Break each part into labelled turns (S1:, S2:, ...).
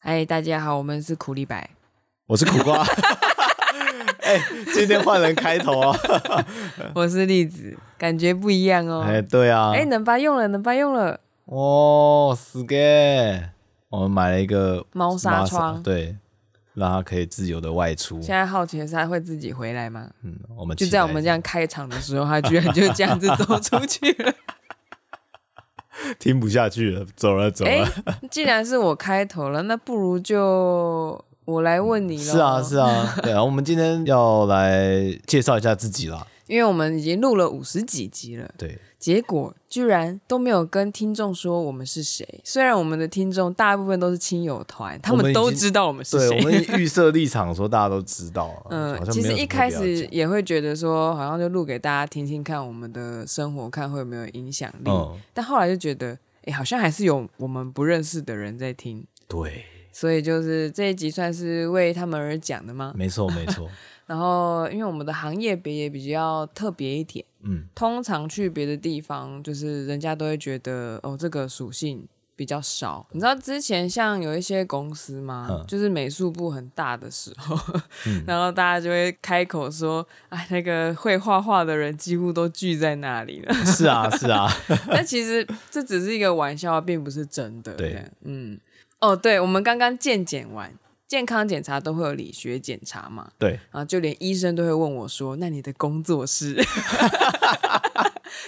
S1: 嗨，大家好，我们是苦力白。
S2: 我是苦 瓜。哎、今天换人开头啊！
S1: 我是栗子，感觉不一样哦。
S2: 哎、
S1: 哎、
S2: 对啊，
S1: 能吧用了，能吧用了。
S2: 哦，死 gay，我们买了一个
S1: 猫纱窗
S2: 对，让它可以自由的外出。
S1: 现在好奇的是，他会自己回来吗？
S2: 嗯，我们
S1: 就
S2: 期
S1: 在
S2: 待
S1: 我们这样开场的时候，他居然就这样子 走出去了。
S2: 听不下去了，走了走
S1: 哎
S2: 了。、
S1: 既然是我开头了，那不如就我来问你了。
S2: 是啊是啊，对啊，我们今天要来介绍一下自己啦。
S1: 因为我们已经录了五十几集了，
S2: 对，
S1: 结果居然都没有跟听众说我们是谁。虽然我们的听众大部分都是亲友团，他
S2: 我们
S1: 们
S2: 已
S1: 都
S2: 经
S1: 知道我们是
S2: 对，
S1: 谁
S2: 我。们已经预设立场说大家都知道了，好
S1: 嗯，
S2: 像
S1: 其
S2: 没
S1: 实
S2: 有
S1: 一
S2: 什么
S1: 开
S2: 必要
S1: 始
S2: 讲
S1: 也会觉得说，好像就录给大家听听看我们的生活，看会有没有影响力。
S2: 嗯，
S1: 但后来就觉得，哎、好像还是有我们不认识的人在听，
S2: 对，
S1: 所以就是这一集算是为他们而讲的嘛。
S2: 没错没错，
S1: 然后，因为我们的行业别也比较特别一点，
S2: 嗯，
S1: 通常去别的地方，就是人家都会觉得，哦，这个属性。比较少，你知道之前像有一些公司嘛，
S2: 嗯
S1: 就是美术部很大的时候， 然后大家就会开口说：“哎，那个会画画的人几乎都聚在那里了。
S2: 是啊是啊，”
S1: 但其实这只是一个玩笑，并不是真的。
S2: 对
S1: 这样，嗯，哦，对，我们刚刚健检完，健康检查都会有理学检查嘛，
S2: 对，
S1: 然啊后就连医生都会问我说：“那你的工作是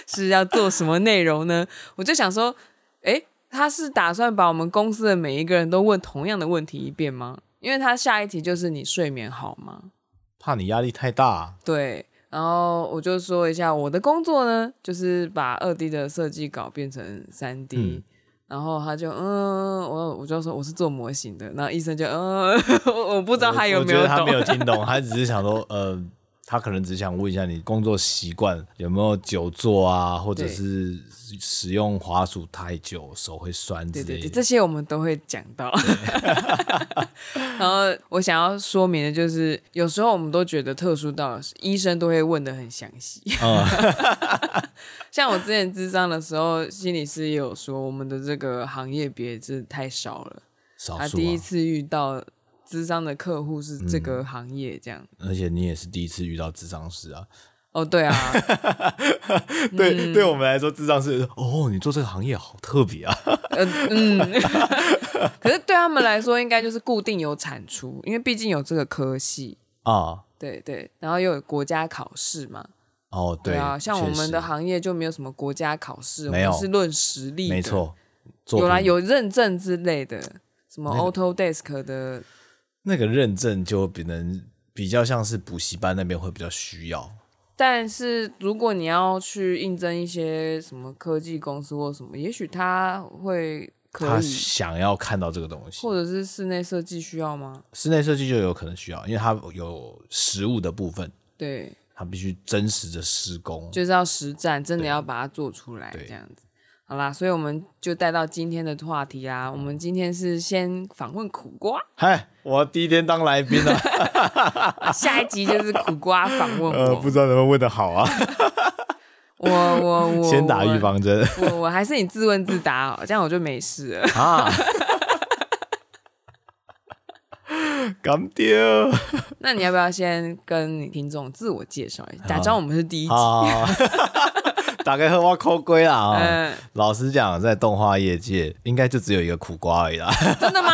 S1: 是要做什么内容呢？”我就想说，诶，他是打算把我们公司的每一个人都问同样的问题一遍吗？因为他下一题就是你睡眠好吗？
S2: 怕你压力太大、
S1: 对，然后我就说一下我的工作呢，就是把二 D 的设计稿变成三 D、
S2: 嗯
S1: 然后他就嗯，我我就说我是做模型的，然后医生就嗯， 我我不知道他有没
S2: 我
S1: 有
S2: 我觉得他
S1: 懂
S2: 没，有听懂，他只是想说，呃，他可能只想问一下你工作习惯有没有久坐啊，或者
S1: 对
S2: 是使用滑鼠太久手会酸
S1: 对
S2: 之
S1: 对
S2: 类
S1: 对，
S2: 的。
S1: 这些我们都会讲到。 然后我想要说明的就是，有时候我们都觉得特殊到医生都会问的很详细。
S2: 哦
S1: 像我之前智商的时候，心理师也有说，我们的这个行业别是太少了。
S2: 少
S1: 他
S2: 数
S1: 第一
S2: 啊，
S1: 次遇到智商的客户是这
S2: 嗯
S1: 个行业这样。
S2: 而且你也是第一次遇到智障师啊。
S1: 哦，对啊，嗯
S2: 对，对我们来说，智障师哦，你做这个行业好特别啊。
S1: 呃， 嗯，可是对他们来说，应该就是固定有产出，因为毕竟有这个科系，
S2: 啊，
S1: 对对，然后又有国家考试嘛，
S2: 哦，
S1: 对啊，像我
S2: 确
S1: 们
S2: 实
S1: 的行业就没有什么国家考试，我
S2: 没有
S1: 们是论实力，
S2: 没，错，作
S1: 有啦，
S2: 品
S1: 有认证之类的，什么 Autodesk 的，
S2: 那个认证就比能比较像是补习班那边会比较需要。
S1: 但是如果你要去应征一些什么科技公司或什么，也许他会可
S2: 他
S1: 以，
S2: 想要看到这个东西，
S1: 或者是室内设计需要吗？
S2: 室内设计就有可能需要，因为它有实物的部分，
S1: 对，
S2: 它必须真实的施工。
S1: 就是要实战，真的要把它做出来
S2: 对
S1: 这样子。好啦，所以我们就带到今天的话题啦。我们今天是先访问苦瓜，
S2: 嗨，我第一天当来宾 啊，
S1: 啊下一集就是苦瓜访问我。
S2: 呃，不知道能不能问的好啊，
S1: 我我我
S2: 先打预，防针
S1: 我我我还是你自问自答哦，这样我就没事了。
S2: 啊。干爹
S1: 那你要不要先跟你听众自我介绍一下，假装我们是第一集？
S2: 啊，打开喝我扣龟啦啊！
S1: 嗯、
S2: 老实讲，在动画业界，应该就只有一个苦瓜而已啦。
S1: 真的吗？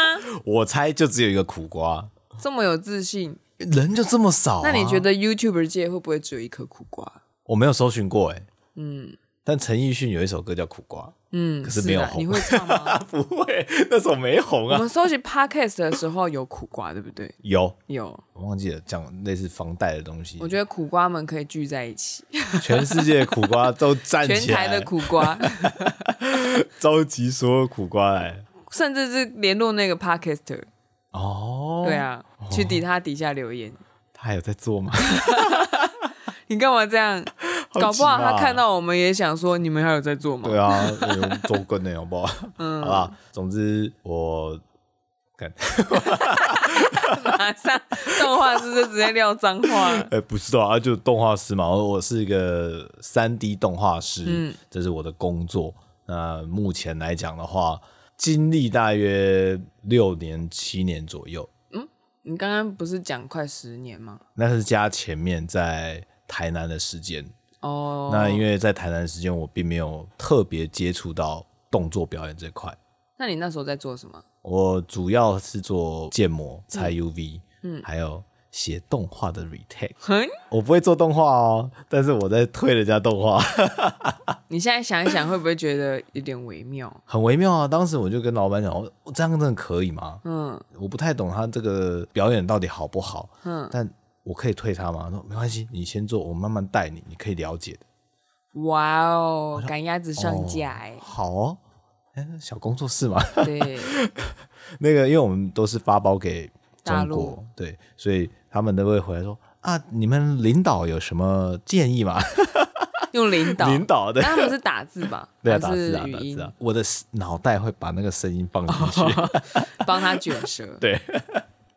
S2: 我猜就只有一个苦瓜，
S1: 这么有自信？
S2: 人就这么少啊、
S1: 那你觉得 YouTuber 界会不会只有一颗苦瓜？
S2: 我没有搜寻过哎、
S1: 嗯
S2: 但陈奕迅有一首歌叫《苦瓜
S1: 嗯，
S2: 可是没有
S1: 啊
S2: 红
S1: 你会唱 吗？》，
S2: 不会，那首没红啊
S1: 我。们搜集 Podcast 的时候有苦瓜，对不对？
S2: 有，
S1: 有，
S2: 我忘记了讲类似房贷的东西。
S1: 我觉得苦瓜们可以聚在一起，
S2: 得全世界的苦瓜都站
S1: 全
S2: 起
S1: 台
S2: 来
S1: 的，苦瓜，
S2: 召集所有苦瓜来。
S1: 甚至是联络那个 Podcaster，
S2: 哦，
S1: 对，啊，去底他底下留言。
S2: 他还有在做吗？
S1: 你干嘛这 样？
S2: 急
S1: 搞不好他
S2: 嘛
S1: 看到我们也想说，你们还有在做吗？
S2: 对啊，有周更呢，好不 好？嗯，好吧。总之我看，啊
S1: 马 上动画师就直接撂脏话 了。
S2: 哎、不知道啊，就动画师嘛，我我是一个三 D 动画师，
S1: 嗯
S2: 这是我的工作。那目前来讲的话，经历大约六年、七年左右，
S1: 你刚刚不是讲快十年吗？
S2: 那是加前面在台南的时间。
S1: 哦，
S2: 那因为在台南的时间，我并没有特别接触到动作表演这块，
S1: 那你那时候在做什么？
S2: 我主要是做建模、拆 UV，嗯，还有写动画的 retake。
S1: 哼，
S2: 我不会做动画哦，但是我在推人家动画，
S1: 你现在想一想，会不会觉得有点微妙？
S2: 很微妙啊。当时我就跟老板讲，我哦我这样真的可以吗？
S1: 嗯
S2: 我不太懂他这个表演到底好不好，
S1: 嗯，
S2: 但我可以退他吗？他说没关系，你先做，我慢慢带你，你可以了解的。
S1: 哇哦，赶鸭子上架哎
S2: 哦、好哦，哎、小工作室嘛，
S1: 对，
S2: 那个因为我们都是发包给
S1: 大
S2: 中
S1: 陆
S2: 国，对，所以他们都会回来说啊，你们领导有什么建议吗？
S1: 用领导，
S2: 领导
S1: 那
S2: 的。
S1: 他们是打字吧？
S2: 对啊，打
S1: 还是
S2: 字啊，
S1: 语
S2: 打
S1: 音
S2: 字啊，我的脑袋会把那个声音放进 去。
S1: 帮他卷舌。
S2: 对，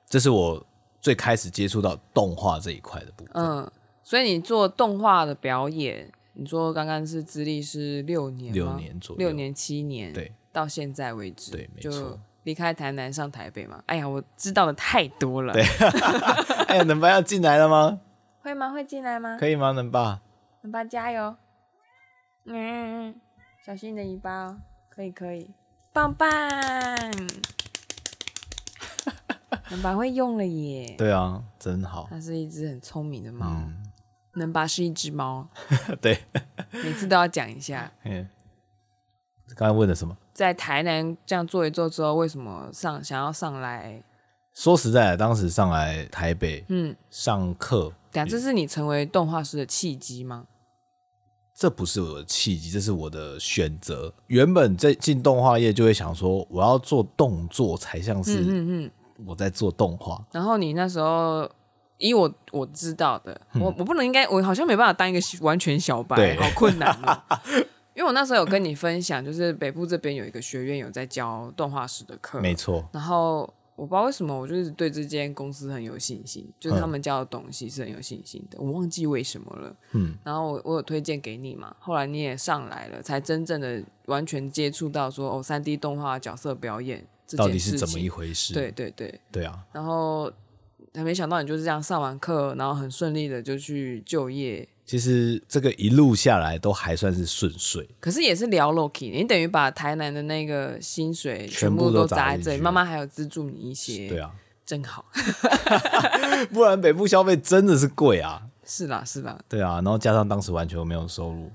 S2: 这是我最开始接触到动画这一块的部分。
S1: 嗯，所以你做动画的表演，你说刚刚是资历是六年吗，
S2: 六年左右
S1: 六年七年，
S2: 对，
S1: 到现在为止，
S2: 对没
S1: 就
S2: 错
S1: 离开台南上台北嘛。哎呀，我知道的太多了，
S2: 哎呀，能爸要进来了吗？
S1: 会吗？会进来吗？
S2: 可以吗，能爸？
S1: 能吧，加油！嗯，嗯嗯小心你的尾巴哦，可以可以，棒棒！能吧会用了耶，
S2: 对啊，真好。
S1: 它是一只很聪明的猫，
S2: 嗯，
S1: 能吧是一只猫，
S2: 对，
S1: 每次都要讲一下。
S2: 嗯，刚才问了什么？
S1: 在台南这样做一做之后，为什么上想要上来？
S2: 说实在的，当时上来台北
S1: 嗯，
S2: 上课，
S1: 讲这是你成为动画师的契机吗？
S2: 这不是我的契机，这是我的选择。原本在进动画业就会想说，我要做动作才像是
S1: 嗯嗯嗯。
S2: 我在做动画。
S1: 然后你那时候，以我我知道的，我我不能应该，我好像没办法当一个完全小白，
S2: 嗯对
S1: 好困难哦。 因为我那时候有跟你分享，就是北部这边有一个学院有在教动画师的课，
S2: 没错，
S1: 然后我不知道为什么，我就是对这间公司很有信心，就是
S2: 嗯
S1: 他们教的东西是很有信心的。我忘记为什么了。
S2: 嗯，
S1: 然后我我有推荐给你嘛，后来你也上来了，才真正的完全接触到说哦，三 D 动画角色表演这
S2: 到底
S1: 件
S2: 是
S1: 事
S2: 怎么一
S1: 情。
S2: 回事？
S1: 对对对，
S2: 对啊，
S1: 然后还没想到你就是这样上完课，然后很顺利的就去就业，
S2: 其实这个一路下来都还算是顺遂。
S1: 可是也是聊 Loki，你等于把台南的那个薪水
S2: 全部
S1: 部
S2: 都
S1: 都
S2: 砸
S1: 砸在
S2: 进
S1: 这里，
S2: 去
S1: 妈妈还有资助你一些，
S2: 对，啊，
S1: 真好，
S2: 不然北部消费真的是贵啊。
S1: 是啦是啦，
S2: 对啊，然后加上当时完全没有收入，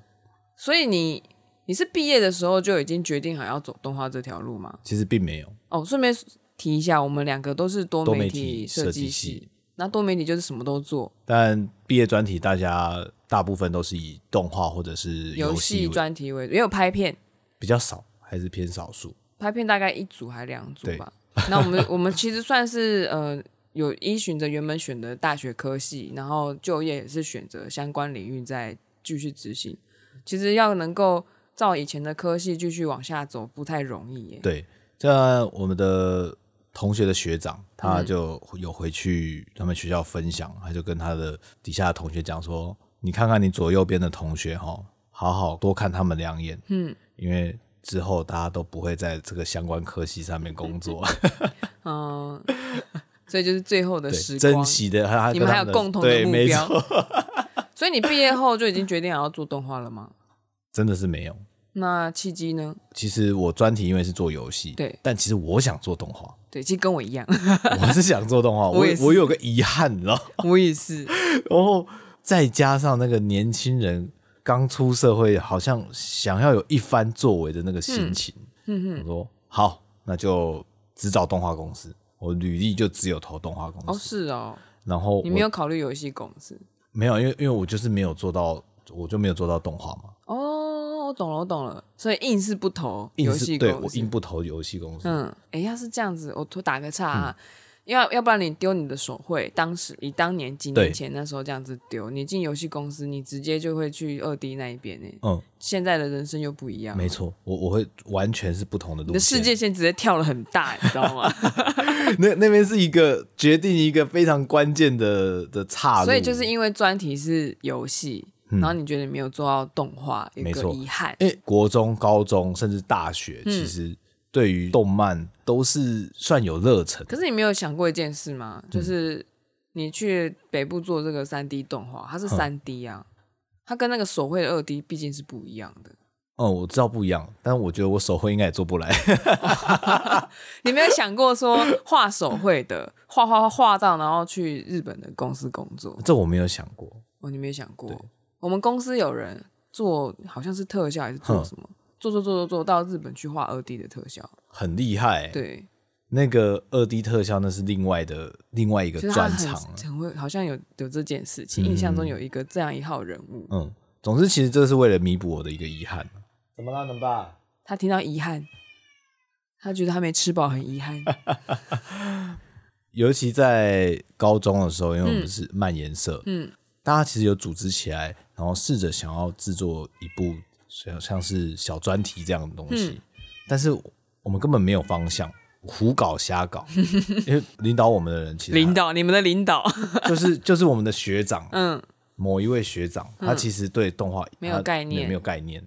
S1: 所以你你是毕业的时候就已经决定好要走动画这条路吗？
S2: 其实并没有
S1: 哦，顺便提一下，我们两个都是多
S2: 多媒
S1: 体
S2: 体
S1: 设
S2: 设
S1: 计
S2: 计
S1: 系
S2: 系，
S1: 那多媒体就是什么都做，
S2: 但毕业专题大家大部分都是以动画或者是
S1: 游
S2: 游
S1: 戏
S2: 戏为
S1: 专题为主，也有拍片，
S2: 比较少，还是偏少数。
S1: 拍片大概一组还两组吧。那我们我们其实算是呃有依循着原本选的大学科系，然后就业也是选择相关领域再继续执行。其实要能够照以前的科系继续往下走不太容易耶。
S2: 对，这我们的同学的学长，
S1: 嗯
S2: 他就有回去他们学校分享，他就跟他的底下的同学讲说：“你看看你左右边的同学哈、哦，好好多看他们两眼，
S1: 嗯，
S2: 因为之后大家都不会在这个相关科系上面工 作，
S1: 嗯， 所以就是最后的时
S2: 对，
S1: 光
S2: 珍，惜的。他”
S1: 你们
S2: 跟他
S1: 还有
S2: 的
S1: 共同的
S2: 对，
S1: 目
S2: 没
S1: 标
S2: 错，
S1: 所以你毕业后就已经决定好要做动画了吗？
S2: 真的是没有。
S1: 那契机呢？
S2: 其实我专题因为是做游戏，
S1: 对
S2: 但其实我想做动画，
S1: 对，其实跟我一样，
S2: 我是想做动画，
S1: 我
S2: 我
S1: 也是
S2: 我有个遗憾，你知道吗。
S1: 我也是。
S2: 然后再加上那个年轻人刚出社会，好像想要有一番作为的那个
S1: 嗯
S2: 心情，我说好，那就只找动画公司。我履历就只有投动画公
S1: 哦，
S2: 司，
S1: 是哦，
S2: 然后
S1: 你
S2: 我
S1: 没有考虑游戏公司。
S2: 没有，因为因为我就是没有做到，我就没有做到动画嘛。
S1: 哦，我懂了，我懂了，所以硬是不投
S2: 硬
S1: 游
S2: 是
S1: 戏
S2: 对
S1: 公
S2: 我
S1: 司
S2: 硬。不投游戏公司，
S1: 嗯，哎，要是这样子，我突打个岔啊，
S2: 嗯
S1: 要要不然你丢你的手绘，当时以当年几年
S2: 对
S1: 前那时候这样子丢，你进游戏公司，你直接就会去二 D 那一边欸呢。
S2: 嗯，
S1: 现在的人生又不一样了，
S2: 没错，我我会完全是不同的
S1: 你
S2: 路
S1: 的世
S2: 线。
S1: 界线直接跳了很大，你知道 吗？
S2: 那那边是一个决定一个非常关键的的岔路，嗯
S1: 所以就是因为专题是游戏，然后你觉得你没有做到动画，有
S2: 没
S1: 个
S2: 错
S1: 遗憾。嗯
S2: 因为国中、高中甚至大学，其实对于动漫都是算有热忱。
S1: 可是你没有想过一件事吗？
S2: 嗯
S1: 就是你去北部做这个三 D 动画，它是
S2: 嗯
S1: 三 D 啊，它跟那个手绘的二 D 毕竟是不一样的。
S2: 嗯，我知道不一样，但我觉得我手绘应该也做不来。
S1: 你没有想过说画手绘的，画画画画到然后去日本的公司工作？
S2: 这我没有想过。
S1: 哦，你没有想过？我们公司有人做好像是特效还是做什么，做做做做做到日本去画二 D 的特效，
S2: 很厉害、欸。
S1: 对，
S2: 那个二 D 特效那是另外的另外一个
S1: 就是他
S2: 专
S1: 很
S2: 长啊嗯了。
S1: 很会，好像有有这件事情，印象中有一个这样一号人物，
S2: 嗯，总之其实这是为了弥补我的一个遗憾。怎么啦，怎么啦？
S1: 他听到遗憾，他觉得他没吃饱很遗憾，
S2: 尤其在高中的时候，因为我们是漫研社，
S1: 嗯，
S2: 大家其实有组织起来，然后试着想要制作一部像像是小专题这样的东西，
S1: 嗯
S2: 但是我们根本没有方向，胡搞 瞎搞，因为领导我们的人 其实
S1: 领导你们的领 导，
S2: 就是就是我们的学长，
S1: 嗯，
S2: 某一位学长，他其实对动画
S1: 没有
S2: 他
S1: 概念
S2: 没有概念。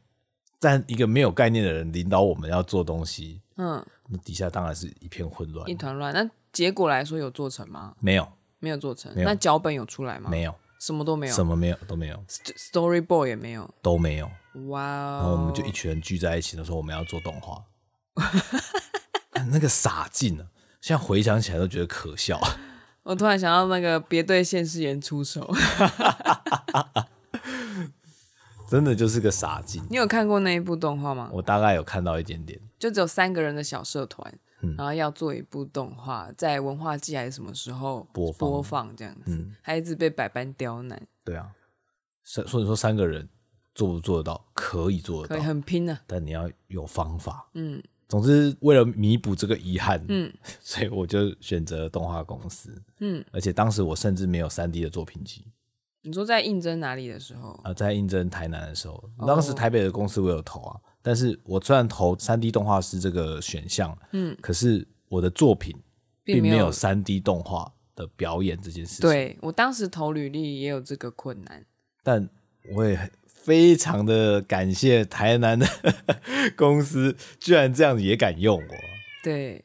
S2: 但一个没有概念的人领导我们要做东西，
S1: 嗯，
S2: 那底下当然是一片混乱
S1: 一。团乱。那结果来说有做成吗？
S2: 没有，
S1: 没有做成。
S2: 有
S1: 那脚本有出来吗？
S2: 没有，
S1: 什么都没有
S2: 什么没有都没有，
S1: ，st-，storyboard 也没有。
S2: 都没有。
S1: 哇哦！
S2: 然后我们就一群人聚在一起的时候，我们要做动画， 看那个傻劲啊！现在回想起来都觉得可笑。啊
S1: 我突然想到那个别对现实人出手。
S2: 真的就是个傻劲。
S1: 你有看过那一部动画吗？
S2: 我大概有看到一点点，
S1: 就只有三个人的小社团，
S2: 嗯
S1: 然后要做一部动画，在文化季还是什么时候
S2: 播放嗯
S1: 这样子，还一直被百般刁难，
S2: 对啊，所所以说三个人做不做得到，可以做
S1: 可
S2: 得
S1: 以
S2: 到，
S1: 很拼啊。
S2: 但你要有方法。
S1: 嗯
S2: 总之，为了弥补这个遗憾，
S1: 嗯，
S2: 所以我就选择动画公司，
S1: 嗯，
S2: 而且当时我甚至没有三 D 的作品集
S1: 你说在应征哪里的时候，
S2: 啊、呃在应征台南的时候，当
S1: 哦
S2: 时台北的公司我有投啊，但是我虽然投三 D 动画师这个选项，
S1: 嗯，
S2: 可是我的作品并
S1: 没
S2: 没有三 D 动画的表演这件事情，，
S1: 对我当时投履历也有这个困难，
S2: 但我也非常的感谢台南的 公司，居然这样子也敢用我，
S1: 对，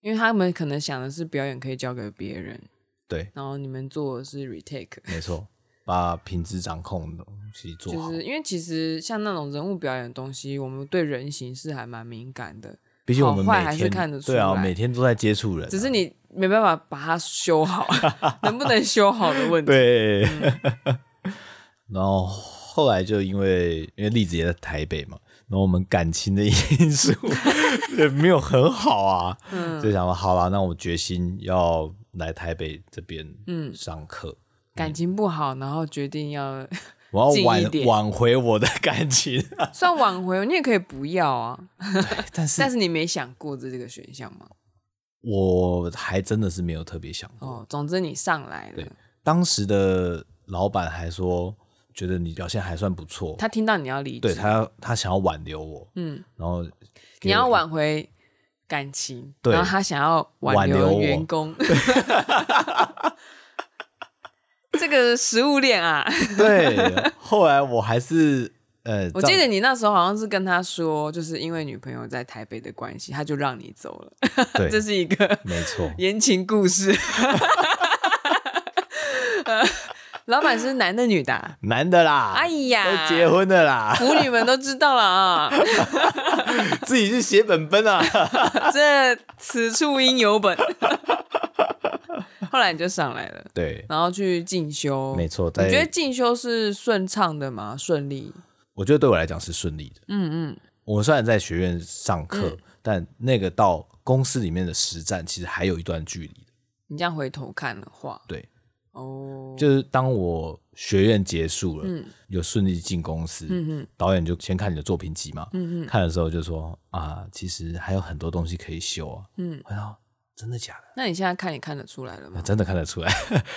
S1: 因为他们可能想的是表演可以交给别人，
S2: 对，
S1: 然后你们做的是 retake，
S2: 没错，把品质掌控的东西做
S1: 就
S2: 好。
S1: 是因为其实像那种人物表演的东西，我们对人形是还蛮敏感的，
S2: 毕竟我们
S1: 好坏
S2: 每
S1: 还是
S2: 天
S1: 看得出
S2: 对啊，
S1: 来
S2: 每天都在接触人啊、
S1: 只是你没办法把它修好， 能不能修好的问题。
S2: 对。 然后后来就因为因为栗子也在台北嘛，然后我们感情的因素 也没有很好啊，
S1: 嗯
S2: 就想说好啦，那我决心要来台北这边
S1: 嗯
S2: 上课，
S1: 感情不好，然后决定要
S2: 我要
S1: 近一
S2: 挽
S1: 点
S2: 挽回我的感情。
S1: 算挽回，你也可以不要啊。
S2: 但是
S1: 但是你没想过这这个选项吗？
S2: 我还真的是没有特别想过，
S1: 哦，总之你上来
S2: 对
S1: 了，
S2: 当时的老板还说觉得你表现还算不错，
S1: 他听到你要离
S2: 对
S1: 职，
S2: 他他想要挽留我，
S1: 嗯，
S2: 然后给
S1: 你要
S2: 我
S1: 挽回感情，
S2: 对
S1: 然后他想要挽
S2: 挽留我
S1: 员工。 这个食物链 啊，
S2: 对，后来我还是呃，
S1: 我
S2: 这
S1: 记
S2: 样
S1: 得你那时候好像是跟他说，就是因为女朋友在台北的关系，他就让你走了。这
S2: 对，
S1: 是一个
S2: 没错，
S1: 言情故事。呃 老板是男的女的啊、
S2: 男的啦，
S1: 哎呀，
S2: 都结，婚的 啦，
S1: 腐女们都知道了 啊。
S2: 自己去写本本啊。
S1: 这此处应有本。 后来你就上来了，
S2: 对，
S1: 然后去进修。
S2: 没错在
S1: 哦你觉得进修是顺畅的吗？顺利？
S2: 我觉得对我来讲是顺利的。
S1: 嗯嗯，
S2: 我虽然在学院上课，但那个到公司里面的实战其实还有一段距离的。
S1: 你这样回头看的话，
S2: 对，
S1: 哦，
S2: 就是当我学院结束了，
S1: 嗯
S2: 有顺利进公司，
S1: 嗯嗯
S2: 导演就先看你的作品集嘛，
S1: 嗯嗯
S2: 看的时候就说啊，其实还有很多东西可以修啊。
S1: 嗯，
S2: 我想真的假的？
S1: 那你现在看也看得出来了
S2: 那
S1: 吗？
S2: 真的看得出来，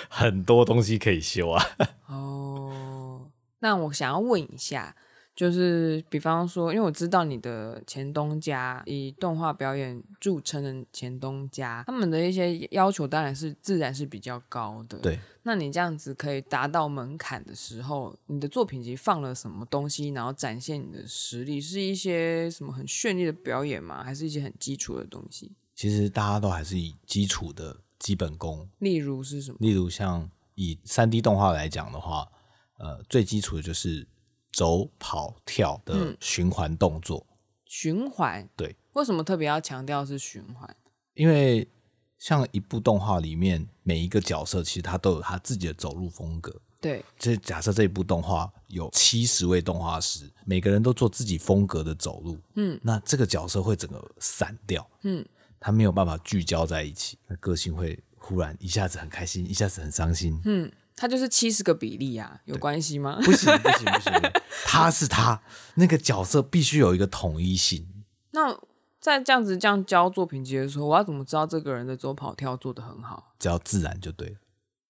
S2: 很多东西可以修啊。
S1: 哦，那我想要问一下，就是比方说，因为我知道你的前东家以动画表演著称的前东家，他们的一些要求当然是自然是比较高的。
S2: 对，
S1: 那你这样子可以达到门槛的时候，你的作品集放了什么东西，然后展现你的实力，是一些什么很绚丽的表演吗？还是一些很基础的东西？
S2: 其实大家都还是以基础的基本功，
S1: 例如是什么？
S2: 例如像以三 D 动画来讲的话，呃，最基础的就是走、跑、跳的循环动作。
S1: 循环。
S2: 对，
S1: 为什么特别要强调是循环？
S2: 因为像一部动画里面每一个角色，其实他都有他自己的走路风格。
S1: 对，
S2: 就是假设这一部动画有七十位动画师，每个人都做自己风格的走路，嗯，那这个角色会整个散掉，嗯，他没有办法聚焦在一起，那个性会忽然一下子很开心，一下子很伤心，嗯，
S1: 它就是七十个比例啊，有关系吗？
S2: 不行不行不行，不行他是他，那个角色必须有一个统一性，
S1: 那在这样子这样教作品集的时候，我要怎么知道这个人的走跑跳做得很好？
S2: 只要自然就对了，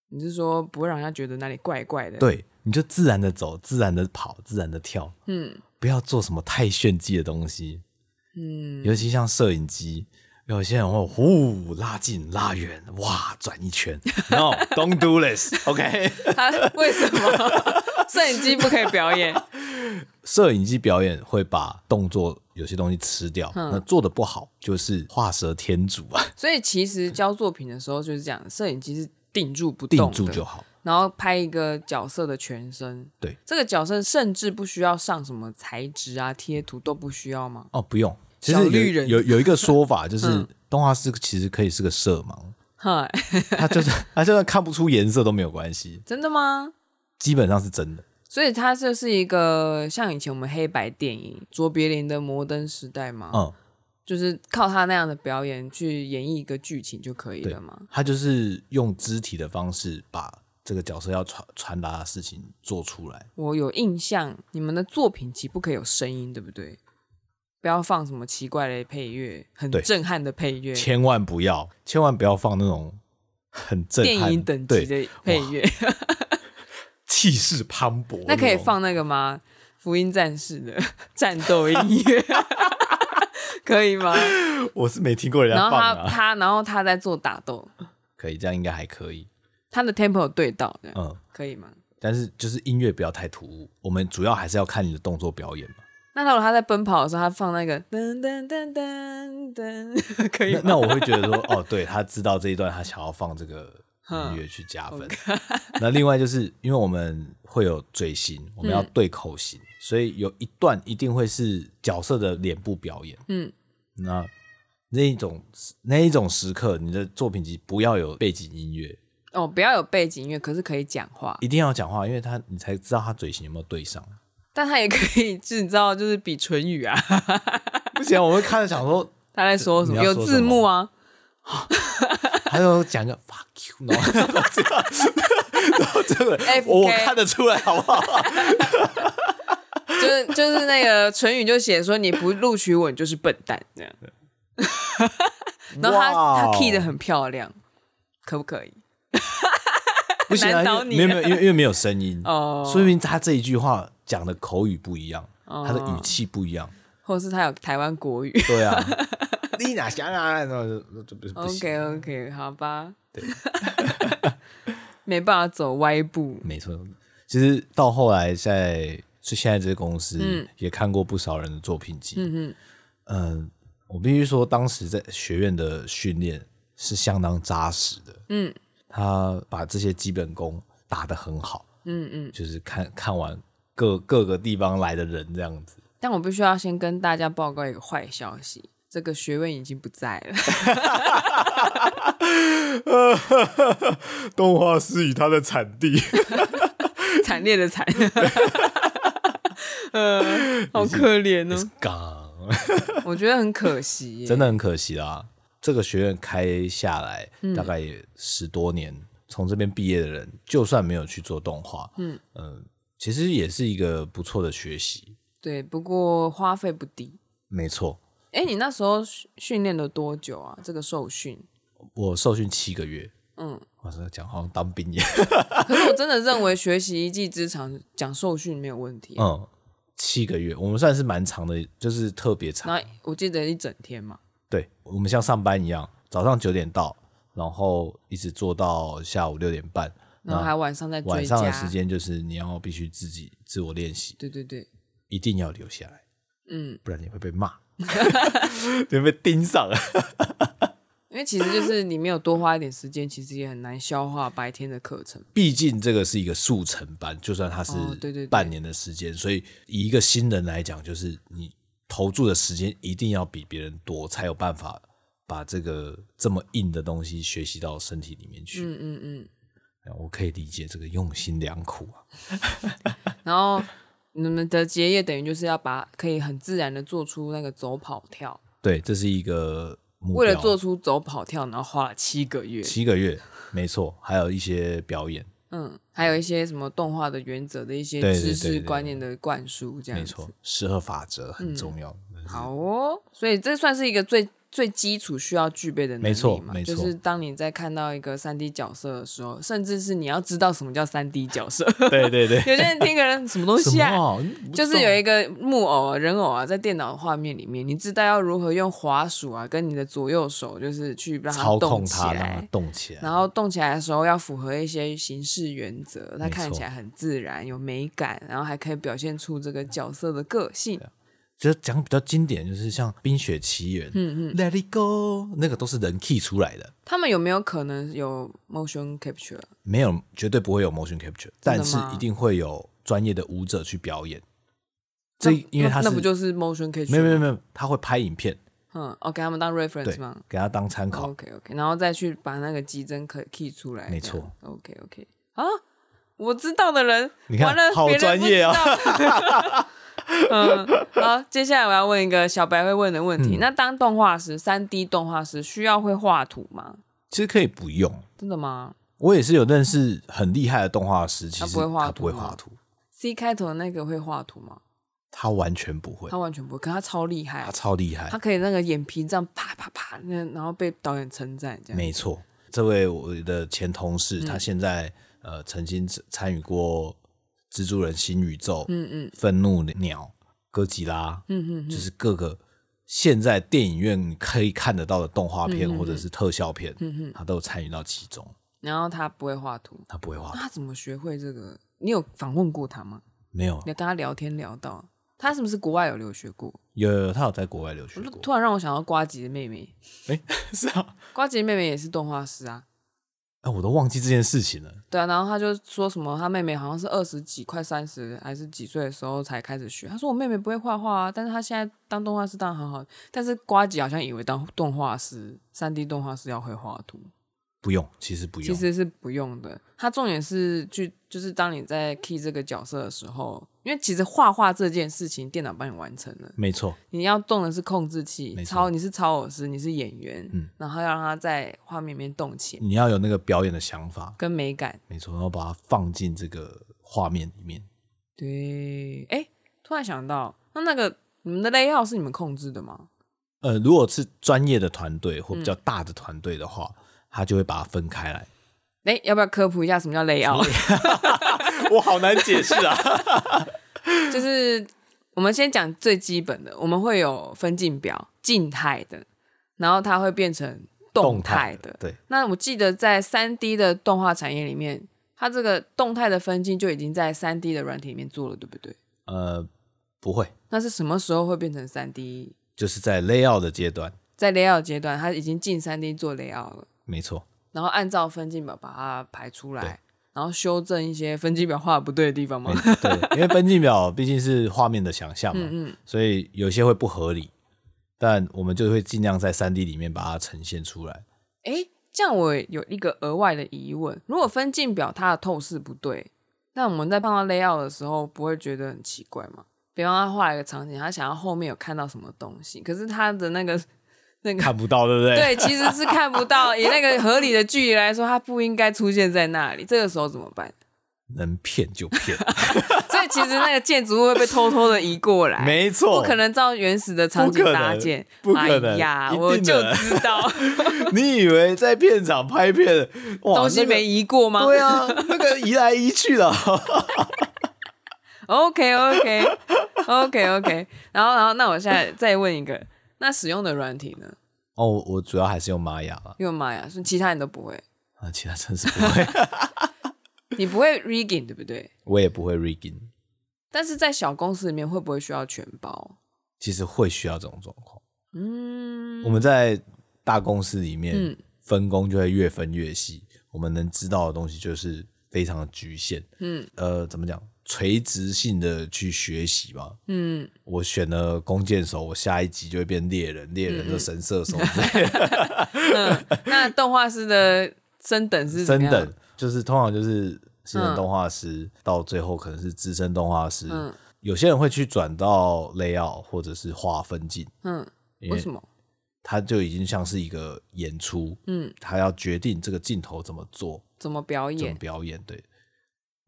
S1: 你是说不会让人家觉得哪里怪怪的？，
S2: 对，你就自然的走，自然的跑，自然的跳，
S1: 嗯，
S2: 不要做什么太炫技的东西，嗯，尤其像摄影机，有些人会呼拉近拉远，哇转一圈 ，No，don't do this，OK？、
S1: 他为什么 摄影机不可以表演？
S2: 摄影机表演会把动作有些东西吃掉，那做的不好就是画蛇添足啊，
S1: 所以其实教作品的时候就是这样，摄影机是定住不动
S2: 定
S1: 的，
S2: 住就好。
S1: 然后拍一个角色的全身。
S2: 对，
S1: 这个角色甚至不需要上什么材质啊、贴图都不需要吗？
S2: 哦，不用，其
S1: 小
S2: 实
S1: 绿
S2: 有
S1: 人
S2: 有有一个说法就是，
S1: 嗯
S2: 动画师其实可以是个色盲，
S1: 嗨，
S2: 他就是他就算看不出颜色都没有关系，
S1: 真的吗？
S2: 基本上是真的。
S1: 所以它这是一个像以前我们黑白电影卓别林的《摩登时代》嘛，
S2: 嗯，
S1: 就是靠他那样的表演去演绎一个剧情就可以
S2: 对
S1: 了嘛。
S2: 他就是用肢体的方式把这个角色要传传达的事情做出来。
S1: 我有印象，你们的作品集不可以有声音，对不对？不要放什么奇怪的配乐，很
S2: 对
S1: 震撼的配乐，
S2: 千万不要，千万不要放那种很震撼、
S1: 电影等级
S2: 对
S1: 的配乐。
S2: 气势磅礴。
S1: 那可以，放那个吗？福音战士的 战斗音乐， 可以 吗？
S2: 我是没听过人
S1: 然后
S2: 家放
S1: 他
S2: 啊。
S1: 他然后他在做打斗，
S2: 可以，这样应该还可以。
S1: 他的 tempo 有对到，这样
S2: 嗯，
S1: 可以吗？
S2: 但是就是音乐不要太突兀，我们主要还是要看你的动作表演嘛。
S1: 那如果他在奔跑的时候，他放那个噔噔噔噔噔，可以
S2: 那
S1: 吗？
S2: 那我会觉得说，哦，对他知道这一段，他想要放这个音乐去加分。 那另外就是因为我们会有嘴型，我们要对口型，所以有一段一定会是角色的脸部表演。
S1: 嗯，
S2: 那那一种那一种时刻，你的作品集不要有背景音乐，
S1: 哦，不要有背景音乐，可是可以讲话，
S2: 一定要讲话，因为他你才知道他嘴型有没有对上。
S1: 但他也可以制造就是比唇语啊，
S2: 不行，我会看着想说，
S1: 他在说什么？
S2: 你要
S1: 有
S2: 说
S1: 字幕啊，
S2: 他就讲个 fuck you，然后然后这样，然后这个
S1: FK
S2: 我看得出来，好不好？
S1: 就是就是那个唇语就写说你不录取我，你就是笨蛋这样。然后他
S2: 哇哦
S1: 他 key 的很漂亮，可不可以？
S2: 不行啊，
S1: 难倒
S2: 因为
S1: 你
S2: 没有没有，因为因为没有声音，
S1: 哦
S2: 说明他这一句话讲的口语不一样，他的语气不一样。
S1: 或者是他有台湾国语
S2: 对 啊，你哪想啊？那就就不不行，
S1: ？OK OK，好吧。对， 没办法走歪步。
S2: 没错。其实到后来在是现在这个公司、
S1: 嗯
S2: 也看过不少人的作品集，
S1: 嗯嗯，
S2: 嗯、我必须说，当时在学院的训练是相当扎实的，
S1: 嗯，
S2: 他把这些基本功打得很好，
S1: 嗯嗯，
S2: 就是看看完各各个地方来的人这样 子。
S1: 但我必须要先跟大家报告一个坏消息，这个学问已经不在了。
S2: 动画师与他的产 地，
S1: 惨烈的惨。呃，好可怜哦，
S2: 港
S1: 我觉得很可惜耶。
S2: 真的很可惜啦。这个学院开下来
S1: 嗯
S2: 大概也十多年，从这边毕业的人，就算没有去做动画，嗯其实也是一个不错的学习。
S1: 对，不过花费不低。
S2: 没错，
S1: 哎，你那时候训训练了多久啊？这个受训，
S2: 我受训七个月，
S1: 嗯，
S2: 我真的讲好像当兵一样。
S1: 可是我真的认为学习一技之长讲受训没有问题啊、
S2: 嗯，七个月，我们算是蛮长的，就是特别长。
S1: 然后我记得一整天嘛，
S2: 对，我们像上班一样，早上九点到，然后一直做到下午六点半，
S1: 然后还晚上再追加。
S2: 嗯晚上的时间就是你要必须自己自我练习，
S1: 对对对，
S2: 一定要留下来，
S1: 嗯，
S2: 不然你会被骂， 你会被盯上。
S1: 因为其实就是你没有多花一点时间，其实也很难消化白天的课程。
S2: 毕竟这个是一个速成班，就算它是
S1: 哦对对对
S2: 半年的时间，所以以一个新人来讲，就是你投注的时间一定要比别人多，才有办法把这个这么硬的东西学习到身体里面去。哎
S1: 嗯嗯嗯。
S2: 我可以理解这个用心良苦啊。
S1: 然后你们的结业等于就是要把可以很自然的做出那个走跑跳，
S2: 对，这是一个目标啊
S1: 为了做出走跑跳，然后花了七个月。
S2: 七个月，没错，还有一些表演，
S1: 嗯，还有一些什么动画的原则的一些
S2: 对对对
S1: 知识
S2: 对对
S1: 观念的灌输，这样
S2: 没
S1: 子。嗯
S2: 错，十二法则很重要。
S1: 好哦，所以这算是一个最最基础需要具备的能力
S2: 没错
S1: 嘛
S2: 没错
S1: 就是当你在看到一个三 D 角色的时候，甚至是你要知道什么叫三 D 角色。
S2: 对对对，
S1: 有些人听个人什么东西
S2: 什
S1: 啊，
S2: 么啊？
S1: 就是有一个木偶啊、人偶啊，在电脑画面里面，你知道要如何用滑鼠啊，跟你的左右手，就是去让它
S2: 操
S1: 动
S2: 控
S1: 起
S2: 它，让它
S1: 来。
S2: 动起来。
S1: 然后动起来的时候要符合一些形式原则，它
S2: 没
S1: 看
S2: 错
S1: 起来很自然，有美感，然后还可以表现出这个
S2: 啊
S1: 角色的个性。
S2: 就是讲比较经典，就是像《冰雪奇缘》，嗯嗯，Let It Go，那个都是人 key 出来的，
S1: 他们有没有可能有 motion capture？
S2: 没有绝对不会有 motion capture，
S1: 真的吗
S2: 但是一定会有专业的舞者去表演。
S1: 那
S2: 这因
S1: 那
S2: 为它是
S1: 那不就是 motion capture？
S2: 没有没有
S1: 吗
S2: 没有，他会拍影片，
S1: 嗯，哦，给他们当
S2: 对
S1: reference 吗，
S2: 给他当参考。
S1: ？OK OK，然后再去把那个急帧可 key 出来，
S2: 没错。
S1: OK OK，啊，我知道的人，
S2: 你看
S1: 完了，
S2: 好
S1: 别人
S2: 专业啊
S1: 不知道。 嗯，好，接下来我要问一个小白会问的问题。那当动画师，三 D 动画师需要会画图吗？
S2: 其实可以不用，
S1: 真的吗
S2: 我也是有认识很厉害的动画师，其
S1: 他
S2: 实
S1: 不会画
S2: 他不会
S1: 图吗
S2: 画图，
S1: ？C 开头的那个会画图吗？
S2: 他完全不会
S1: 他，完全不会，可他超厉害
S2: 他，超厉害
S1: 他。可以那个眼皮这样啪啪啪，那然后被导演称赞这样。
S2: 没错，这位我的前同事，他现在呃曾经参与过《蜘蛛人新宇宙》、
S1: 嗯嗯
S2: 愤怒鸟、哥吉拉，
S1: 嗯嗯
S2: 就是各个现在电影院可以看得到的动画片
S1: 嗯嗯嗯
S2: 或者是特效片，
S1: 嗯嗯，
S2: 他都参与到其中。
S1: 然后他不会画图，
S2: 他不会画
S1: 那
S2: 图，
S1: 他怎么学会这个？你有访问过他吗？
S2: 没有，
S1: 你跟他聊天聊到，他是不是国外有留学过？
S2: 有有有他有在国外留学
S1: 我就
S2: 过，
S1: 突然让我想到瓜吉的妹妹，
S2: 哎，是啊，
S1: 瓜吉的妹妹也是动画师啊。
S2: 哎，我都忘记这件事情了。
S1: 对啊，然后他就说什么，他妹妹好像是二十几、快三十还是几岁的时候才开始学。他说我妹妹不会画画啊，但是她现在当动画师当然很好。但是瓜吉好像以为当动画师、三 D 动画师要会画图，
S2: 不用，其实不
S1: 其
S2: 用，
S1: 实是不用的。它重点是去，就是当你在 key 这个角色的时候，因为其实画画这件事情，电脑帮你完成了。
S2: 没错，
S1: 你要动的是控制器，
S2: 没错
S1: 操，你是操偶师，你是演员，
S2: 嗯
S1: 然后要让它在画面里面动起来，
S2: 你要有那个表演的想法，
S1: 跟美感。
S2: 没错，然后把它放进这个画面里面。
S1: 对，哎，突然想到，那那个你们的 layout 是你们控制的吗？
S2: 呃，如果是专业的团队或比
S1: 嗯
S2: 较大的团队的话，他就会把它分 开来。
S1: 哎，要不要科普一下什么叫 layout？
S2: 我好难解释 啊。
S1: 就是我们先讲最基本的，我们会有分镜表，静态的，然后它会变成动态的。
S2: 对，
S1: 那我记得在三 D 的动画产业里面，它这个动态的分镜就已经在三 D 的软体里面做了，对不对？
S2: 呃，不会，
S1: 那是什么时候会变成三 D？
S2: 就是在 layout 的阶段，
S1: 在 layout 阶段，它已经进三 D 做 layout 了，
S2: 没错，
S1: 然后按照分镜表把它排出
S2: 对
S1: 来，然后修正一些分镜表画的不对的地方
S2: 没
S1: 嘛。
S2: 对，因为分镜表毕竟是画面的想象嘛，
S1: 嗯嗯，
S2: 所以有些会不合理，但我们就会尽量在三 D 里面把它呈现出 来。
S1: 诶，这样我有一个额外的疑问：如果分镜表它的透视不对，那我们在碰到 layout 的时候，不会觉得很奇怪吗？比方他画了一个场景，他想要后面有看到什么东西，可是他的那 个那个
S2: 看不到，对不对？
S1: 对，其实是看不到。以那个合理的距离来说，它不应该出现在那里。这个时候怎么办？
S2: 能骗就 骗，
S1: 所以其实那个建筑物会被偷偷的移过来，
S2: 没错
S1: 不可能照原始的场景搭建。
S2: 不可能不可能
S1: 哎呀，
S2: 一定
S1: 我就
S2: 的
S1: 知 道
S2: 你以为在片场拍片，哇，
S1: 东西
S2: 那个啊
S1: 没移过吗？
S2: 对啊，那个移来移去的，
S1: OK OK OK OK，然后然后那我现在再问一个，那使用的软体呢？哎
S2: 哦，我我主要还是用玛雅啦，
S1: 用玛雅，是其他人都不会，
S2: 啊，其他真是不会，
S1: 你不会 rigging 对不对？
S2: 我也不会 rigging。
S1: 但是在小公司里面会不会需要全包？
S2: 其实会需要这种状况。
S1: 嗯，
S2: 我们在大公司里面
S1: 嗯
S2: 分工就会越分越细，我们能知道的东西就是非常的局限。
S1: 嗯
S2: 呃，怎么讲？垂直性的去学习吧。
S1: 嗯，
S2: 我选了弓箭手，我下一集就会变猎人，猎
S1: 嗯
S2: 人就神射 手之类的
S1: 那动画师的升等是怎
S2: 升
S1: 么样
S2: 等，就是通常就是新人动画师，到最后可能是资深动画师。
S1: 嗯
S2: 有些人会去转到 layout 或者是画分镜，
S1: 嗯，
S2: 因
S1: 为
S2: 为
S1: 什么？
S2: 它就已经像是一个演出，
S1: 嗯，
S2: 他要决定这个镜头怎么做，
S1: 怎么表
S2: 怎么
S1: 演？
S2: 表演。对，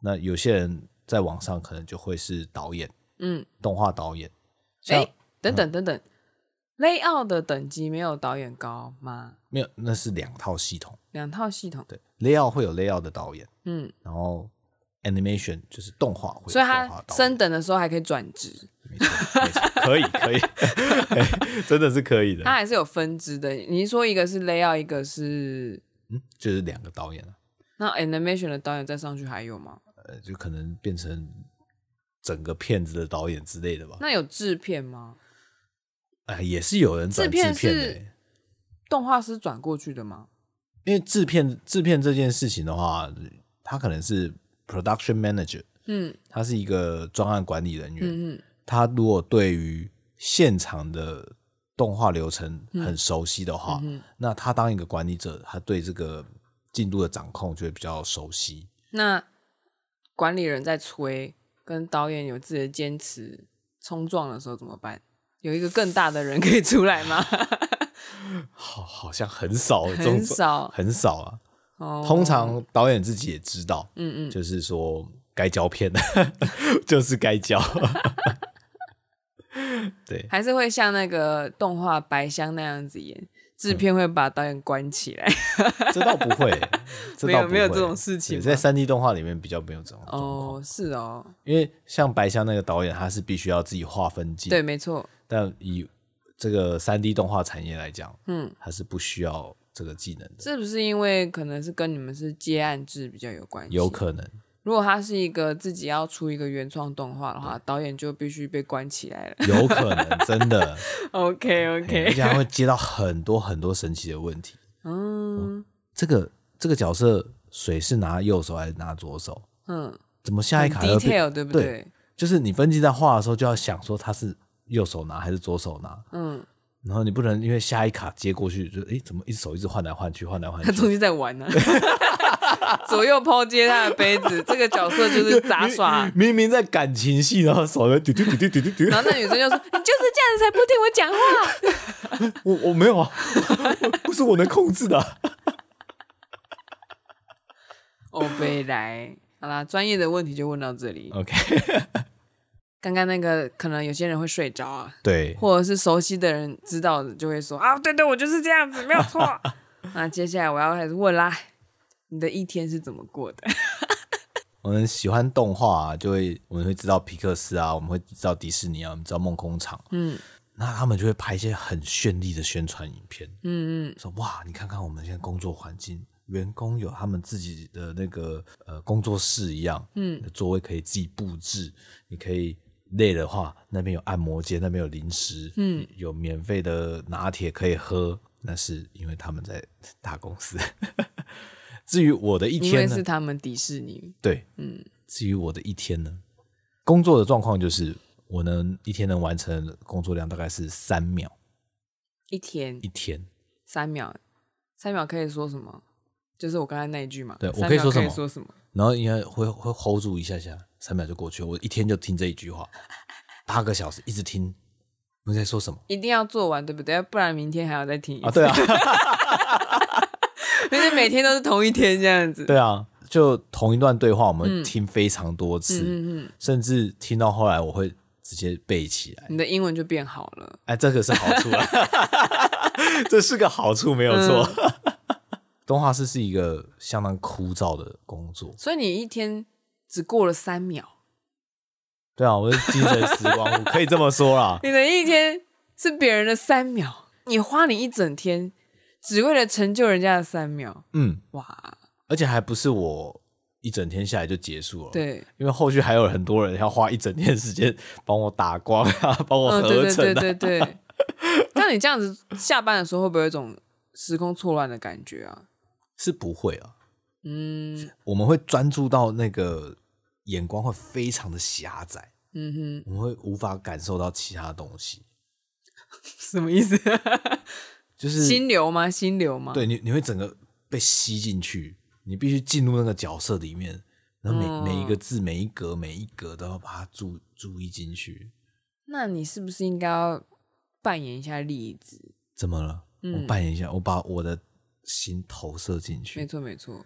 S2: 那有些人在网上可能就会是导演，
S1: 嗯，
S2: 动画导演。像
S1: 哎、等等等等、l a y o u t 的等级没有导演高吗？
S2: 没有，那是两套系统。
S1: 两套系统，
S2: 对，layout 会有 layout 的导演，
S1: 嗯，
S2: 然后 animation 就是动画会有
S1: 所以
S2: 动画
S1: 他
S2: 导演
S1: 升等的时候还可以转职，
S2: 没错，没错，可以，可以，真的是可以的
S1: 他。还是有分支的。你是说一个是 layout，一个是
S2: 嗯，就是两个导演啊，
S1: 那 animation 的导演再上去还有吗？
S2: 呃，就可能变成整个片子的导演之类的吧。
S1: 那有制片吗？
S2: 哎，也是有人转
S1: 制
S2: 制片
S1: 片
S2: 的、欸
S1: 是动画师转过去的吗？
S2: 因为制片制片这件事情的话，他可能是 production manager，
S1: 嗯
S2: 他是一个专案管理人员。
S1: 嗯嗯
S2: 他如果对于现场的动画流程很熟悉的话，
S1: 嗯嗯
S2: 那他当一个管理者，他对这个进度的掌控就会比较熟悉。
S1: 那管理人在催，跟导演有自己的坚持冲撞的时候怎么办？有一个更大的人可以出来 吗？
S2: 好，好像很少，这种
S1: 很少
S2: 很少啊。
S1: 哦，
S2: 通常导演自己也知道，
S1: 嗯嗯，
S2: 就是说该交片 就是该交。 对，
S1: 还是会像那个动画《白箱》那样子演，
S2: 嗯
S1: 制片会把导演关起来。
S2: 这倒不会，这
S1: 没
S2: 倒
S1: 有
S2: 不
S1: 没有
S2: 会
S1: 这种事情
S2: 对
S1: 吗
S2: 在三 D 动画里面比较没有这种状况，
S1: 哦，是哦，
S2: 因为像白箱那个导演，他是必须要自己画分镜，
S1: 对，，没错，
S2: 但以这个三 D 动画产业来讲，
S1: 嗯，
S2: 他是不需要这个技能的，
S1: 是不是因为可能是跟你们是接案制比较有关系？
S2: 有可能
S1: 如果他是一个自己要出一个原创动画的话，导演就必须被关起来了。
S2: 有可能真的，
S1: OK
S2: 嘿而
S1: OK，
S2: 且他会接到很多很多神奇的问题。
S1: 嗯
S2: 这个这个角色水是拿右手还是拿左手？
S1: 嗯，
S2: 怎么下
S1: 很
S2: 一卡要变
S1: detail 对不对？
S2: 就是你分镜在画的时候就要想说他是右手拿还是左手拿，
S1: 嗯，
S2: 然后你不能因为下一卡接过去就诶怎么一手一直换来换去换来换
S1: 他
S2: 去，
S1: 中间在玩呢、 左右抛接他的杯子，这个角色就是杂 耍。
S2: 明明在感情戏，然后手就嘟嘟嘟嘟嘟嘟嘟，
S1: 然后那女生就说：“你就是这样子才不听我讲话。
S2: 我我没有啊， 不是我能控制的啊、
S1: 哦”欧贝来，好啦，专业的问题就问到这里。
S2: OK，
S1: 刚刚那个可能有些人会睡着啊，
S2: 对，
S1: 或者是熟悉的人知道的就会说啊，对对，我就是这样子，没有 错。那接下来我要开始问啦，你的一天是怎么过的？
S2: 我们喜欢动画、啊，就会我们会知道皮克斯啊，我们会知道迪士尼啊，我们知道梦工厂，
S1: 嗯
S2: 那他们就会拍一些很绚丽的宣传影片，
S1: 嗯嗯，
S2: 说哇，你看看我们现在工作环境，员工有他们自己的那个呃工作室一样，
S1: 嗯，
S2: 座位可以自己布置，你可以累的话，那边有按摩间，那边有零食，嗯，有免费的拿铁可以喝，那是因为他们在大公司。 至于我的一
S1: 因为
S2: 天呢
S1: 是，他们迪士尼，
S2: 对，嗯，至于我的一天呢，工作的状况就是。我能一天能完成的工作量大概是三秒
S1: 一天
S2: 一天，
S1: 三秒，三秒可以说什么？就是我刚才那一句嘛。
S2: 对我
S1: 三
S2: 可以
S1: 秒
S2: 说什
S1: 可以
S2: 么
S1: 说什么？
S2: 然后应该会会 hold 住一下下，三秒就过去了。我一天就听这一句话，八个小时一直听，你在说什么
S1: 一定要做完，对不对？不然明天还要再听一次。
S2: 啊？ 对啊，
S1: 而且每天都是同一天这样子。
S2: 对啊，就同一段对话，我们听非常多次，
S1: 嗯嗯，
S2: 甚至听到后来我会直接背起来。
S1: 你的英文就变好了。
S2: 哎，这个是好处啊， 这是个好处，没有错。
S1: 嗯
S2: 动画师是一个相当枯燥的工作，
S1: 所以你一天只过了三秒，
S2: 对啊，我是精神时光屋，可以这么说啦。
S1: 你的一天是别人的三秒，你花你一整天，只为了成就人家的三秒，
S2: 嗯，
S1: 哇！
S2: 而且还不是我一整天下来就结束了，，
S1: 对，
S2: 因为后续还有很多人要花一整天的时间帮我打光啊，帮我
S1: 嗯，
S2: 合
S1: 对
S2: 成
S1: 对
S2: 啊，
S1: 对对对。那你这样子下班的时候，会不会有一种时空错乱的感觉啊？
S2: 是不会啊。
S1: 嗯
S2: 我们会专注到那个眼光会非常的狭窄，
S1: 嗯哼，
S2: 我们会无法感受到其他东西，
S1: 什么意思？
S2: 就是
S1: 心流吗？心流吗？
S2: 对你，你会整个被吸进去，你必须进入那个角色里面，然后每、
S1: 嗯
S2: 每一个字、每一格、每一格都要把它注注意进去。
S1: 那你是不是应该要扮演一下例子？
S2: 怎么了？
S1: 嗯
S2: 我扮演一下，我把我的心投射进
S1: 没
S2: 去，
S1: 错没错，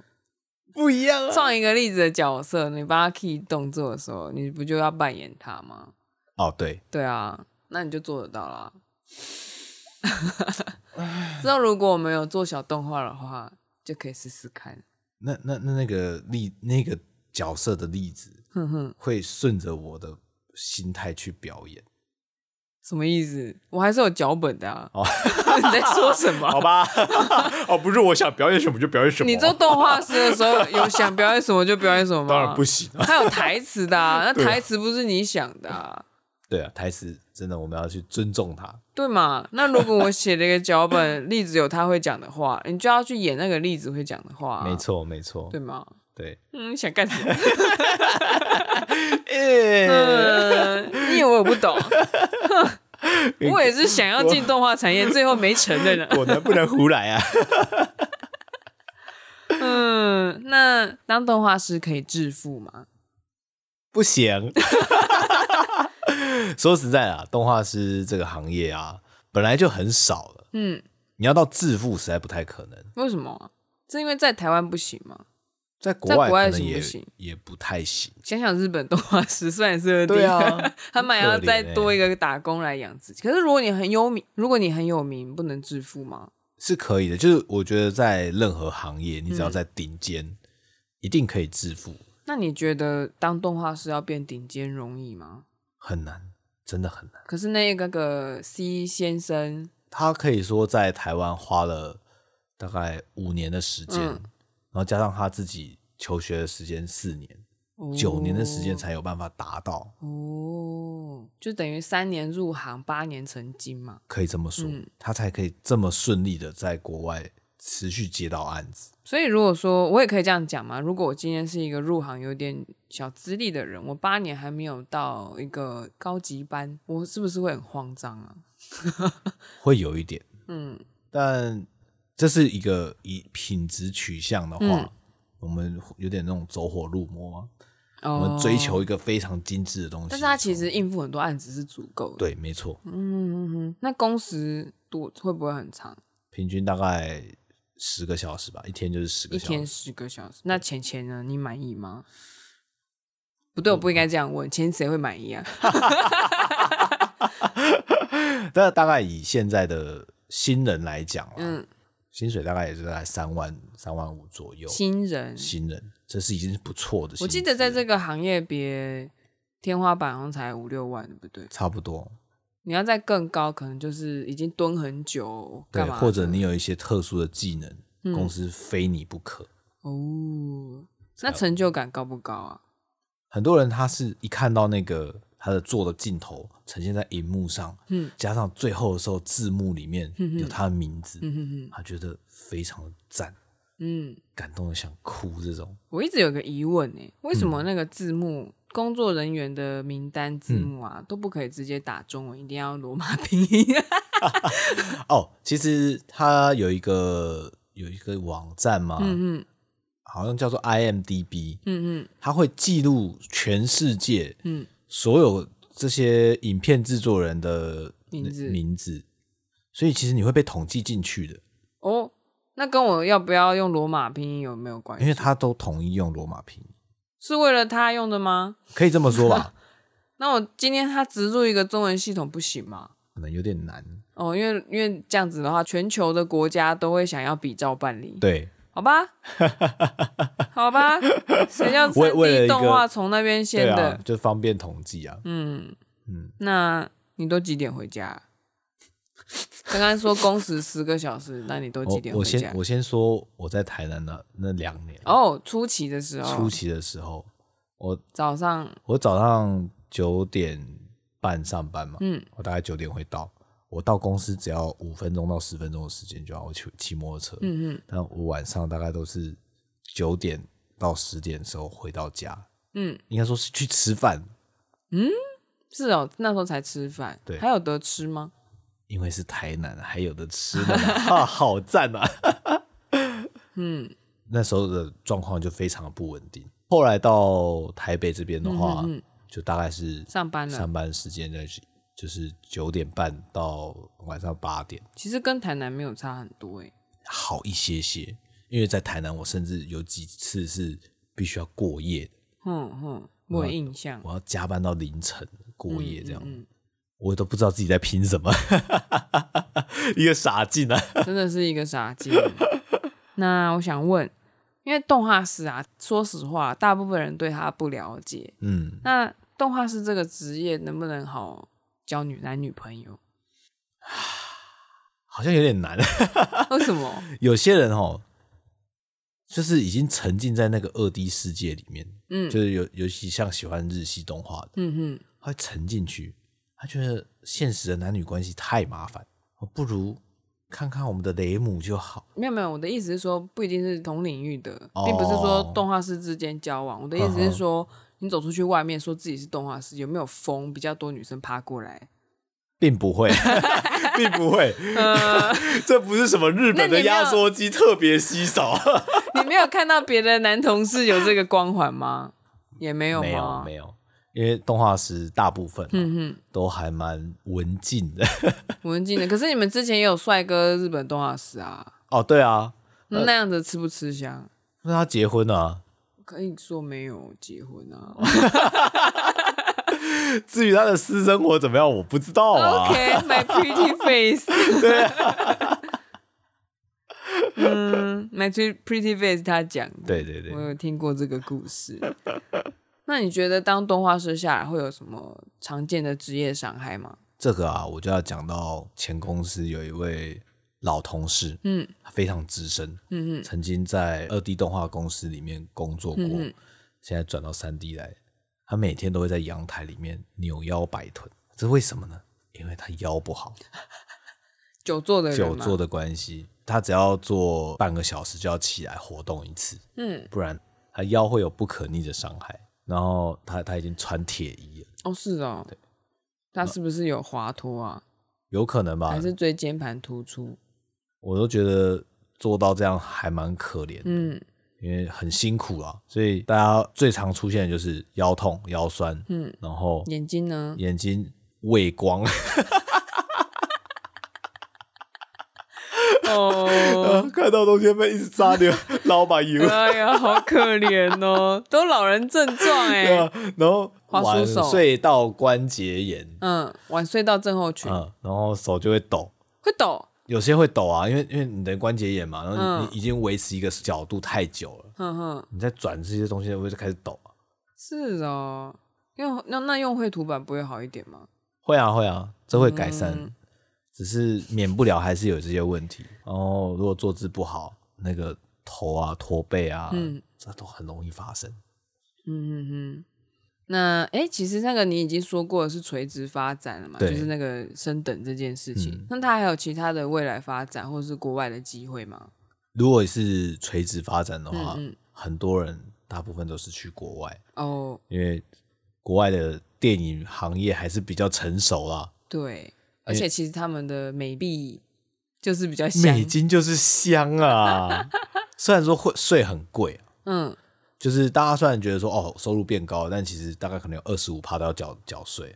S2: 不一样啊！
S1: 上一个例子的角色，你帮他 key 动作的时候，你不就要扮演他吗？
S2: 哦，对，
S1: 对啊，那你就做得到 啦。之后如果我们有做小动画的话，就可以试试看。
S2: 那那那那个例那个角色的例子
S1: 哼哼，
S2: 会顺着我的心态去表演，
S1: 什么意思？我还是有脚本的啊。
S2: 哦
S1: 你在说什么？
S2: 好吧？哦，不是我想表演什么就表演什么，啊
S1: 你做动画师的时 候，有想表演什么就表演什么吗？
S2: 当然不行啊。
S1: 他有台词的、 啊，那
S2: 对啊
S1: 台词不是你想的、啊，
S2: 对啊，台词真的我们要去尊重它。
S1: 对嘛？那如果我写了一个脚本，例子有他会讲的话，你就要去演那个例子会讲的话、
S2: 没，错，没错，
S1: 啊对吗？
S2: 对。
S1: 嗯，你想干什么？
S2: 欸
S1: 嗯，你以为我不 懂？我也是想要进动画产业，最后没成的呢。
S2: 我能不能胡来啊？
S1: 嗯，那当动画师可以致富吗？
S2: 不行。 说实在啊，动画师这个行业啊，本来就很少了，
S1: 嗯，
S2: 你要到致富实在不太可能，
S1: 为什么啊？是因为在台湾不行吗？
S2: 在国
S1: 在
S2: 外
S1: 国外
S2: 可能
S1: 行不
S2: 也
S1: 行
S2: 也不太行。
S1: 想想日本动画师虽然是二 D，
S2: 对啊，
S1: 他们还要再
S2: 很可怜欸
S1: 多一个打工来养自己。可是如果你很有名，如果你很有名，不能致富吗？
S2: 是可以的，就是我觉得在任何行业，你
S1: 嗯
S2: 只要在顶尖，一定可以致富，
S1: 那你觉得当动画师要变顶尖容易吗？
S2: 很难，真的很难。
S1: 可是那个个 C 先生，
S2: 他可以说在台湾花了大概五年的时间，
S1: 嗯
S2: 然后加上他自己求学的时间四年，
S1: 哦
S2: 九年的时间才有办法达到，
S1: 哦，就等于三年入行，八年成精嘛。
S2: 可以这么说，
S1: 嗯
S2: 他才可以这么顺利的在国外持续接到案子。
S1: 所以如果说我也可以这样讲嘛，如果我今天是一个入行有点小资历的人，我八年还没有到一个高级班，我是不是会很慌张啊？
S2: 会有一点，
S1: 嗯，
S2: 但这是一个以品质取向的话，
S1: 嗯
S2: 我们有点那种走火入魔嘛，
S1: 哦
S2: 我们追求一个非常精致的东西。
S1: 但是他其实应付很多案子是足够的。，
S2: 对，没错，
S1: 嗯哼哼，那工时多会不会很长？
S2: 平均大概十个小时吧，一天就是十个
S1: 一
S2: 小时嗯
S1: 天。十个小时，那钱钱呢？你满意吗？不对，我不应该这样问，钱谁会满意啊？
S2: 但大概以现在的新人来讲啦，
S1: 嗯
S2: 薪水大概也是在三万三万五左右。
S1: 新人，
S2: 新人，这是已经是不错的薪资。
S1: 我记得在这个行业别天花板好像才五六万，对不对？
S2: 差不多，
S1: 你要再更高，可能就是已经蹲很久，
S2: 对
S1: 干，嘛的？嗯
S2: 或者你有一些特殊的技能，公司非你不可。
S1: 哦，那成就感高不高啊？
S2: 很多人他是一看到那个他的做的镜头呈现在荧幕上，
S1: 嗯
S2: 加上最后的时候字幕里面
S1: 嗯哼
S2: 有他的名字，
S1: 嗯哼哼，
S2: 他觉得非常的赞，
S1: 嗯，
S2: 感动的想哭这种。
S1: 我一直有个疑问呢、为什么
S2: 嗯
S1: 那个字幕？工作人员的名单字幕啊，都不可以直接打中文，一定要罗马拼音。啊
S2: 哦，其实他有一个有一个网站嘛，
S1: 嗯嗯
S2: 好像叫做 IMDB，
S1: 嗯嗯，
S2: 它会记录全世界
S1: 嗯
S2: 所有这些影片制作人的
S1: 名字
S2: 名字，所以其实你会被统计进去的，
S1: 哦，那跟我要不要用罗马拼音有没有关
S2: 因为
S1: 系？
S2: 他都统一用罗马拼音，
S1: 是为了他用的吗？
S2: 可以这么说吧？
S1: 那我今天他植入一个中文系统不行吗？
S2: 可能有点难，
S1: 哦，因为因为这样子的话，全球的国家都会想要比照办理。
S2: 对，
S1: 好吧，好 吧，谁叫三
S2: 为为了
S1: D
S2: 一个
S1: 动画从那边
S2: 对
S1: 先的？
S2: 啊，就方便统计啊。
S1: 嗯
S2: 嗯，
S1: 那你都几点回家？啊刚刚说工时十个小时，那你都几
S2: 我
S1: 点回
S2: 我
S1: 家
S2: 先？我先说我在台南的那两年，
S1: 哦，初期的时候
S2: 初，期的时候，我
S1: 早上
S2: 我早上九点半上班嘛，
S1: 嗯
S2: 我大概九点会到，我到公司只要五分钟到十分钟的时间就要我骑骑摩托车，
S1: 嗯嗯
S2: 但我晚上大概都是九点到十点的时候回到家，
S1: 嗯，
S2: 应该说是去吃饭，
S1: 是哦，那时候才吃饭，
S2: 对
S1: 还有得吃吗？
S2: 因为是台南啊还有的吃的啦，哈，好赞 啊！
S1: 嗯
S2: 那时候的状况就非常的不稳定。后来到台北这边的话，
S1: 嗯嗯嗯
S2: 就大概是
S1: 上班了
S2: 上班时间在就是九点半到晚上八点，
S1: 其实跟台南没有差很多欸诶、
S2: 好一些些。因为在台南，我甚至有几次是必须要过夜的，
S1: 哼哼，
S2: 嗯
S1: 我有印象。
S2: 我要加班到凌晨过夜这样，
S1: 嗯
S2: 我都不知道自己在拼什么， 一个傻劲啊！
S1: 真的是一个傻鸡。那我想问，因为动画师啊，说实话，大部分人对他不了解。
S2: 嗯，
S1: 那动画师这个职业能不能好交女男女朋友？
S2: 好像有点难。
S1: 为什么？
S2: 有些人哦，就是已经沉浸在那个二 D 世界里面，
S1: 嗯
S2: 就是有尤其像喜欢日系动画的，
S1: 嗯哼，
S2: 他会沉进去，他觉得现实的男女关系太麻烦，我不如看看我们的雷姆就好。
S1: 没有没有，我的意思是说，不一定是同领域的，
S2: 哦嗯
S1: 并不是说动画师之间交往。我的意思是说，你走出去外面说自己是动画师，有没有风比较多女生趴过来？
S2: 并不会， 并不会， 这不是什么日本
S1: 嗯那
S2: 的
S1: 你没有
S2: 压缩机特别稀少，
S1: 你没有看到别的男同事有这个光环吗？也没有吗？
S2: 没有没有，因为动画师大部分、哦
S1: 嗯哼。
S2: 都还蛮文静的。
S1: 文静的。可是你们之前也有帅哥日本动画师啊，
S2: 哦，对啊，
S1: 那样子吃不吃香？
S2: 那他结婚啊，
S1: 可以说没有结婚 啊。
S2: 至于他的私生活怎么样，我不知道啊。
S1: OK, my pretty face。对、嗯，my pretty pretty face 他讲的，
S2: 对对对
S1: 我，有听过这个故事。那你觉得当动画师下来会有什么常见的职业伤害吗？
S2: 这个啊，我就要讲到前公司有一位老同事，
S1: 嗯
S2: 他非常资深，
S1: 嗯嗯
S2: 曾经在二 D 动画公司里面工作过，
S1: 嗯嗯
S2: 现在转到三 D 来，他每天都会在阳台里面扭腰摆臀，这为什么呢？因为他腰不好，
S1: 久坐的人
S2: 久
S1: 嘛
S2: 坐，的关系，他只要坐半个小时就要起来活动一次，
S1: 嗯，
S2: 不然他腰会有不可逆的伤害。然后他他已经穿铁衣了，
S1: 哦是哦，他是不是有滑脱啊？
S2: 有可能吧
S1: 还？是椎间盘突出？
S2: 我都觉得做到这样还蛮可怜的。
S1: 嗯
S2: 因为很辛苦啊，所以大家最常出现的就是腰痛、腰酸，
S1: 嗯，
S2: 然后
S1: 眼睛呢？
S2: 眼睛畏光，
S1: 哦，
S2: 看到东西被一直扎 流，捞把油，
S1: 哎呀，好可怜 哦，都老人症状哎、
S2: 对啊然后
S1: 滑鼠
S2: 晚
S1: 手
S2: 睡到关节炎，
S1: 嗯，晚睡到症候群、
S2: 嗯，然后手就会抖，
S1: 会抖，
S2: 有些会抖啊，因为因为你的关节炎嘛，然后你
S1: 嗯
S2: 你已经维持一个角度太久了，
S1: 哼哼，
S2: 你在转这些东西会开始抖啊，
S1: 是哦。用那那用绘图板不会好一点吗？
S2: 会啊会啊，这会改善，
S1: 嗯
S2: 只是免不了还是有这些问题。然后如果坐姿不好，那个头啊、驼背啊，
S1: 嗯
S2: 这都很容易发生。
S1: 嗯嗯嗯。那哎、诶其实那个你已经说过是垂直发展了嘛，就
S2: 对
S1: 是那个升等这件事情。
S2: 嗯
S1: 那它还有其他的未来发展或者是国外的机会吗？
S2: 如果是垂直发展的话，
S1: 嗯嗯
S2: 很多人大部分都是去国外，
S1: 哦，
S2: 因为国外的电影行业还是比较成熟啦。
S1: 对，而
S2: 诶
S1: 且其实他们的美币就是比较香，
S2: 美金就是香 啊，虽然说会税很贵啊、
S1: 嗯
S2: 就是大家虽然觉得说哦收入变高，但其实大概可能有二十五趴都要缴缴税。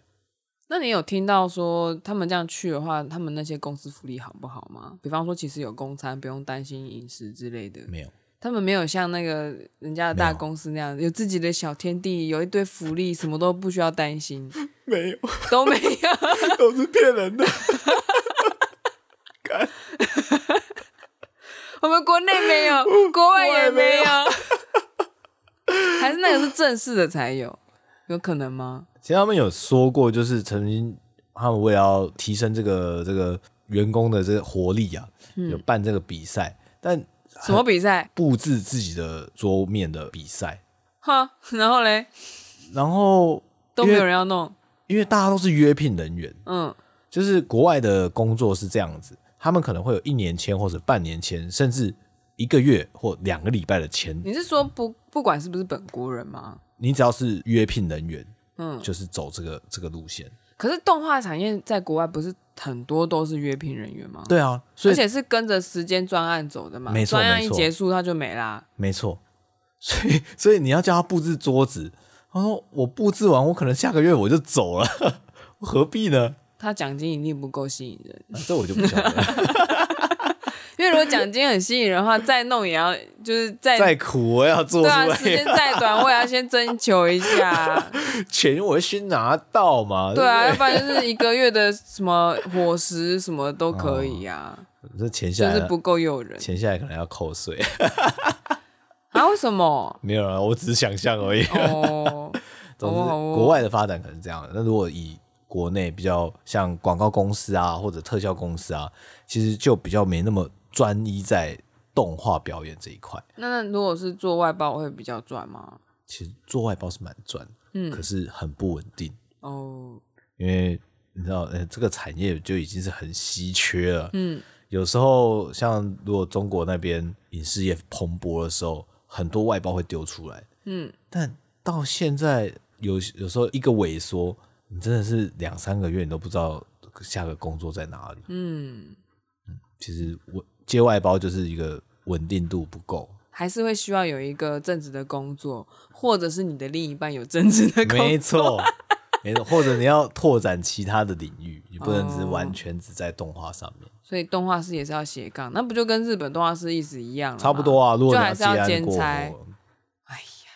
S1: 那你有听到说他们这样去的话，他们那些公司福利好不好吗？比方说，其实有公餐，不用担心饮食之类的。
S2: 没有，
S1: 他们没有像那个人家的
S2: 没
S1: 大
S2: 有
S1: 公司那样，有自己的小天地，有一堆福利，什么都不需要担心，
S2: 没有，
S1: 都没有。
S2: 都是骗人的。
S1: 我我们国内没有，国外也没有， 还是那个是正式的才有，有可能吗？
S2: 其实他们有说过，就是曾经他们为了要提升这个这个员工的这个活力啊，有办这个比赛，但
S1: 什么比赛？
S2: 布置自己的桌面的比赛，
S1: 哈，然后嘞
S2: 然后
S1: 都
S2: 因
S1: 没
S2: 为
S1: 有人要弄，
S2: 因为大家都是约聘人员，
S1: 嗯
S2: 就是国外的工作是这样子，他们可能会有一年签或者半年签，甚至一个月或两个礼拜的签，
S1: 你是说不不管是不是本国人吗？
S2: 你只要是约聘人员，
S1: 嗯，
S2: 就是走这个这个路线。
S1: 可是动画产业在国外不是很多都是约聘人员吗？，
S2: 对啊，所
S1: 而
S2: 以
S1: 且是跟着时间专案走的嘛，
S2: 没错
S1: 专案
S2: 没
S1: 一
S2: 错
S1: 结束他就没啦。
S2: 没错，所以所以你要叫他布置桌子，他说我布置完，我可能下个月我就走了，我何必呢？
S1: 他奖金一定不够吸引人，
S2: 啊这我就不晓得 了，
S1: 因为如果奖金很吸引人的话，再弄也要就是再
S2: 再苦我也要做
S1: 对
S2: 出
S1: 啊，时间
S2: 来，
S1: 再短我也要先征求一下 啊，
S2: 钱我要先拿到嘛。
S1: 对啊，
S2: 不
S1: 要不然就是一个月的什么伙食什么都可以啊，
S2: 对，这钱哦下
S1: 就
S2: 来
S1: 是不够诱人
S2: 钱下来可能要扣税，
S1: 啊？为什么？
S2: 没有啊，我只是想象而已。
S1: 哦，
S2: 总
S1: 好
S2: 之，
S1: 哦好哦
S2: 国外的发展可能是这样的。那如果以国内比较像广告公司啊，或者特效公司啊，其实就比较没那么专一在动画表演这一块。
S1: 那那如果是做外包会比较赚吗？
S2: 其实做外包是蛮赚，嗯，可是很不稳定，
S1: 哦，
S2: 因为你知道，呃，这个产业就已经是很稀缺了。
S1: 嗯，
S2: 有时候像如果中国那边影视业蓬勃的时候，很多外包会丢出来，
S1: 嗯，
S2: 但到现在有有时候一个萎缩，你真的是两三个月你都不知道下个工作在哪里。
S1: 嗯，
S2: 其实我接外包就是一个稳定度不够，
S1: 还是会需要有一个正职的工作，或者是你的另一半有正职的工
S2: 没错，没错，或者你要拓展其他的领域，你不能只完全只在动画上面，
S1: 所以动画师也是要斜杠，那不就跟日本动画师意思一样了吗
S2: 差不多啊。如果
S1: 就
S2: 你
S1: 还是
S2: 接
S1: 要
S2: 案
S1: 兼
S2: 过后，
S1: 差。哎
S2: 呀，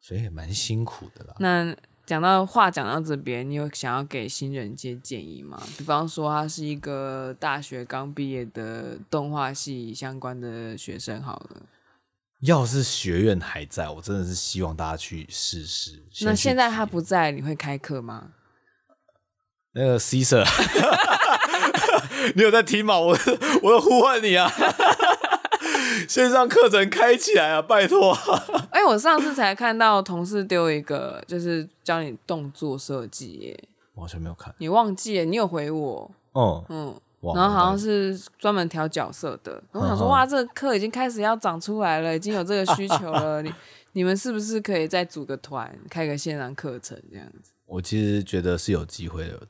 S2: 所以也蛮辛苦的啦。
S1: 那讲到话讲到这边，你有想要给新人一些建议吗？比方说他是一个大学刚毕业的动画系相关的学生，好了，
S2: 要是学院还在，我真的是希望大家去试试。
S1: 那
S2: 先
S1: 现
S2: 去
S1: 在
S2: 体
S1: 他
S2: 验
S1: 不在，你会开课吗？
S2: 那个 C sir，你有在听吗？我我有呼唤你 啊！线上课程开起来啊，拜托、啊！
S1: 哎、我上次才看到同事丢一个，就是教你动作设计耶，
S2: 我好像没有看，
S1: 你忘记了？你有回我，
S2: 嗯，
S1: 嗯，
S2: 哇
S1: 然后好像是专门调角色的。然后我想说，
S2: 嗯嗯
S1: 哇，这个课已经开始要长出来了，已经有这个需求了。 你你们是不是可以再组个团，开个线上课程这样子？
S2: 我其实觉得是有机会的。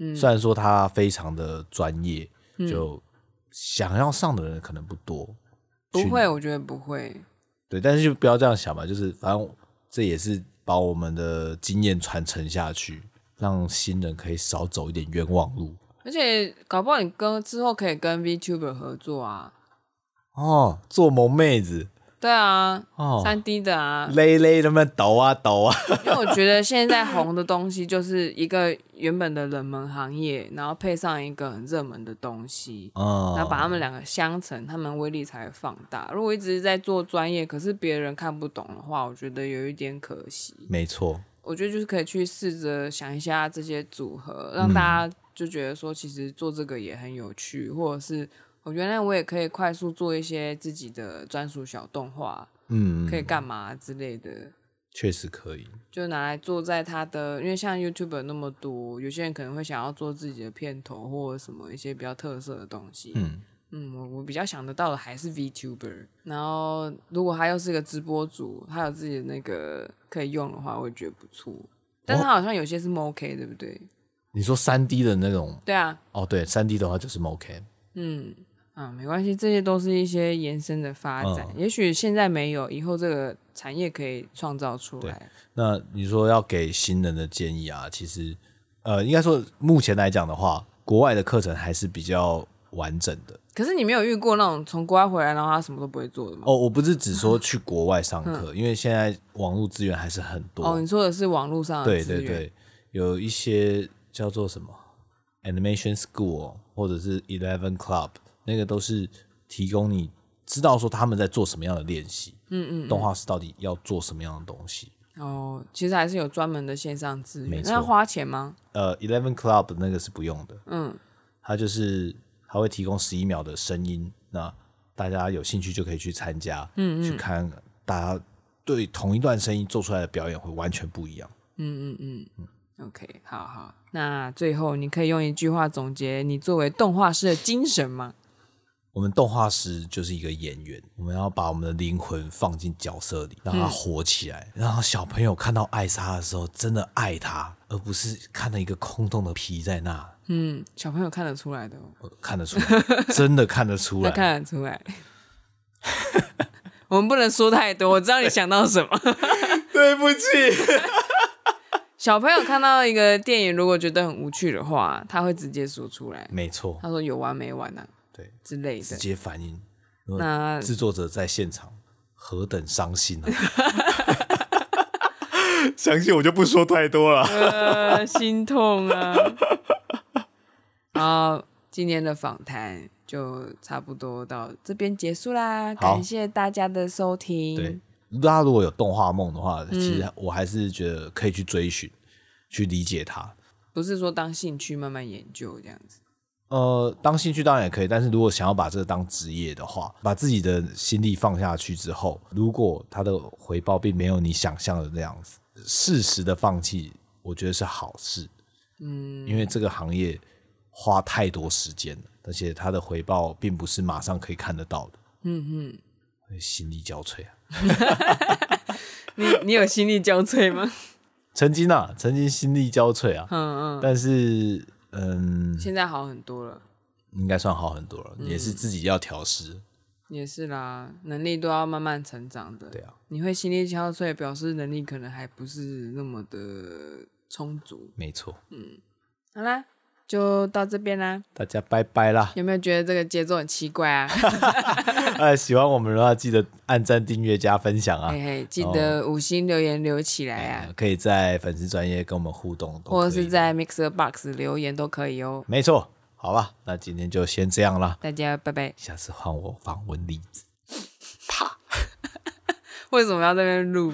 S1: 嗯
S2: 虽然说他非常的专业，就想要上的人可能不多，
S1: 不
S2: 去
S1: 会，我觉得不会。
S2: 对，但是就不要这样想吧，就是反正这也是把我们的经验传承下去，让新人可以少走一点冤枉路。
S1: 而且搞不好你跟之后可以跟 VTuber 合作啊，
S2: 哦，做萌妹子
S1: 对啊，
S2: 哦，
S1: 三 D 的 啊，
S2: 勒勒他们抖啊抖啊，
S1: 因为我觉得现在红的东西就是一个原本的冷门行业，然后配上一个很热门的东西，
S2: 嗯，
S1: 然后把他们两个相乘，他们威力才会放大。如果一直在做专业，可是别人看不懂的话，我觉得有一点可惜。
S2: 没错，
S1: 我觉得就是可以去试着想一下这些组合，让大家就觉得说，其实做这个也很有趣，或者是我原来我也可以快速做一些自己的专属小动画，
S2: 嗯，
S1: 可以干嘛之类的。
S2: 确实可以，
S1: 就拿来做在他的，因为像 YouTube 那么多，有些人可能会想要做自己的片头或者什么一些比较特色的东西。
S2: 嗯
S1: 嗯，我我比较想得到的还是 VTuber。然后，如果他又是个直播主，他有自己的那个可以用的话，我也觉得不错。但是他好像有些是 MOK，对不对？
S2: 你说三 D 的那种，
S1: 对啊，
S2: 哦，对，三 D 的话就是 MoCam，
S1: 嗯啊，没关系，这些都是一些延伸的发展。也许现在没有，以后这个产业可以创造出来。
S2: 那你说要给新人的建议啊，其实呃，应该说目前来讲的话，国外的课程还是比较完整的。
S1: 可是你没有遇过那种从国外回来，然后他什么都不会做的吗？
S2: 哦，我不是只
S1: 嗯
S2: 说去国外上课，因为现在网络资源还是很多。
S1: 哦，你说的是网络上的
S2: 对
S1: 资源
S2: 对，对，有一些叫做什么 Animation School 或者是 Eleven Club，那个都是提供你知道说他们在做什么样的练习，嗯嗯，动画师到底要做什么样的东西。
S1: 哦，其实还是有专门的线上资源
S2: 没，错
S1: 那要花钱吗？
S2: 呃，Eleven Club 那个是不用的，
S1: 嗯，
S2: 它就是它会提供十一秒的声音，那大家有兴趣就可以去参加，嗯去看大家对同一段声音做出来的表演会完全不一样。
S1: OK，好好，那最后你可以用一句话总结你作为动画师的精神吗？
S2: 我们动画师就是一个演员，我们要把我们的灵魂放进角色里，让他活起来，让小朋友看到艾莎的时候真的爱他，而不是看到一个空洞的皮在那，
S1: 嗯，小朋友看得出来的、哦，
S2: 呃看得出来， 真的看得出
S1: 他
S2: 来。
S1: 看得出来。 我们不能说太多，我知道你想到什么。
S2: 对不起，
S1: 小朋友看到一个电影，如果觉得很无趣的话，他会直接说出来。
S2: 没错，
S1: 他说有完没完啊
S2: 对，
S1: 之类
S2: 直
S1: 的。
S2: 接反应。如果
S1: 那
S2: 制作者在现场何等伤心啊！详细我就不说太多了。
S1: 呃，心痛啊。然后今天的访谈就差不多到这边结束啦，
S2: 好
S1: 感谢大家的收
S2: 对
S1: 听。，
S2: 大家如果有动画梦的话，其实我还是觉得可以去追寻，去理解它。
S1: 不是说当兴趣慢慢研究这样子。
S2: 呃，当兴趣当然也可以，但是如果想要把这个当职业的话，把自己的心力放下去之后，如果它的回报并没有你想象的那样子，适时的放弃，我觉得是好事。嗯，因为这个行业花太多时间了，而且它的回报并不是马上可以看得到的。嗯嗯，心力交瘁啊！
S1: 你你有心力交瘁吗？
S2: 曾经啊，曾经心力交瘁啊，嗯嗯，但是嗯，
S1: 现在好很多了，
S2: 应该算好很多了，也是自己要调试。
S1: 也是啦，能力都要慢慢成长的。
S2: 对啊，
S1: 你会心力交瘁，表示能力可能还不是那么的充足。
S2: 没错，
S1: 好啦，就到这边啦。
S2: 大家拜拜啦。
S1: 有没有觉得这个节奏很奇怪啊？
S2: 呃，喜欢我们的话，记得按赞、订阅、加分享啊！
S1: 嘿嘿，记得五星留言留起来啊
S2: 呃，可以在粉丝专业跟我们互动，都
S1: 或者
S2: 可以啊
S1: 是在 Mixer Box 留言都可以哦。
S2: 没错，好吧，那今天就先这样啦，
S1: 大家拜拜。
S2: 下次换我访问例子。
S1: 为什么要在那边录？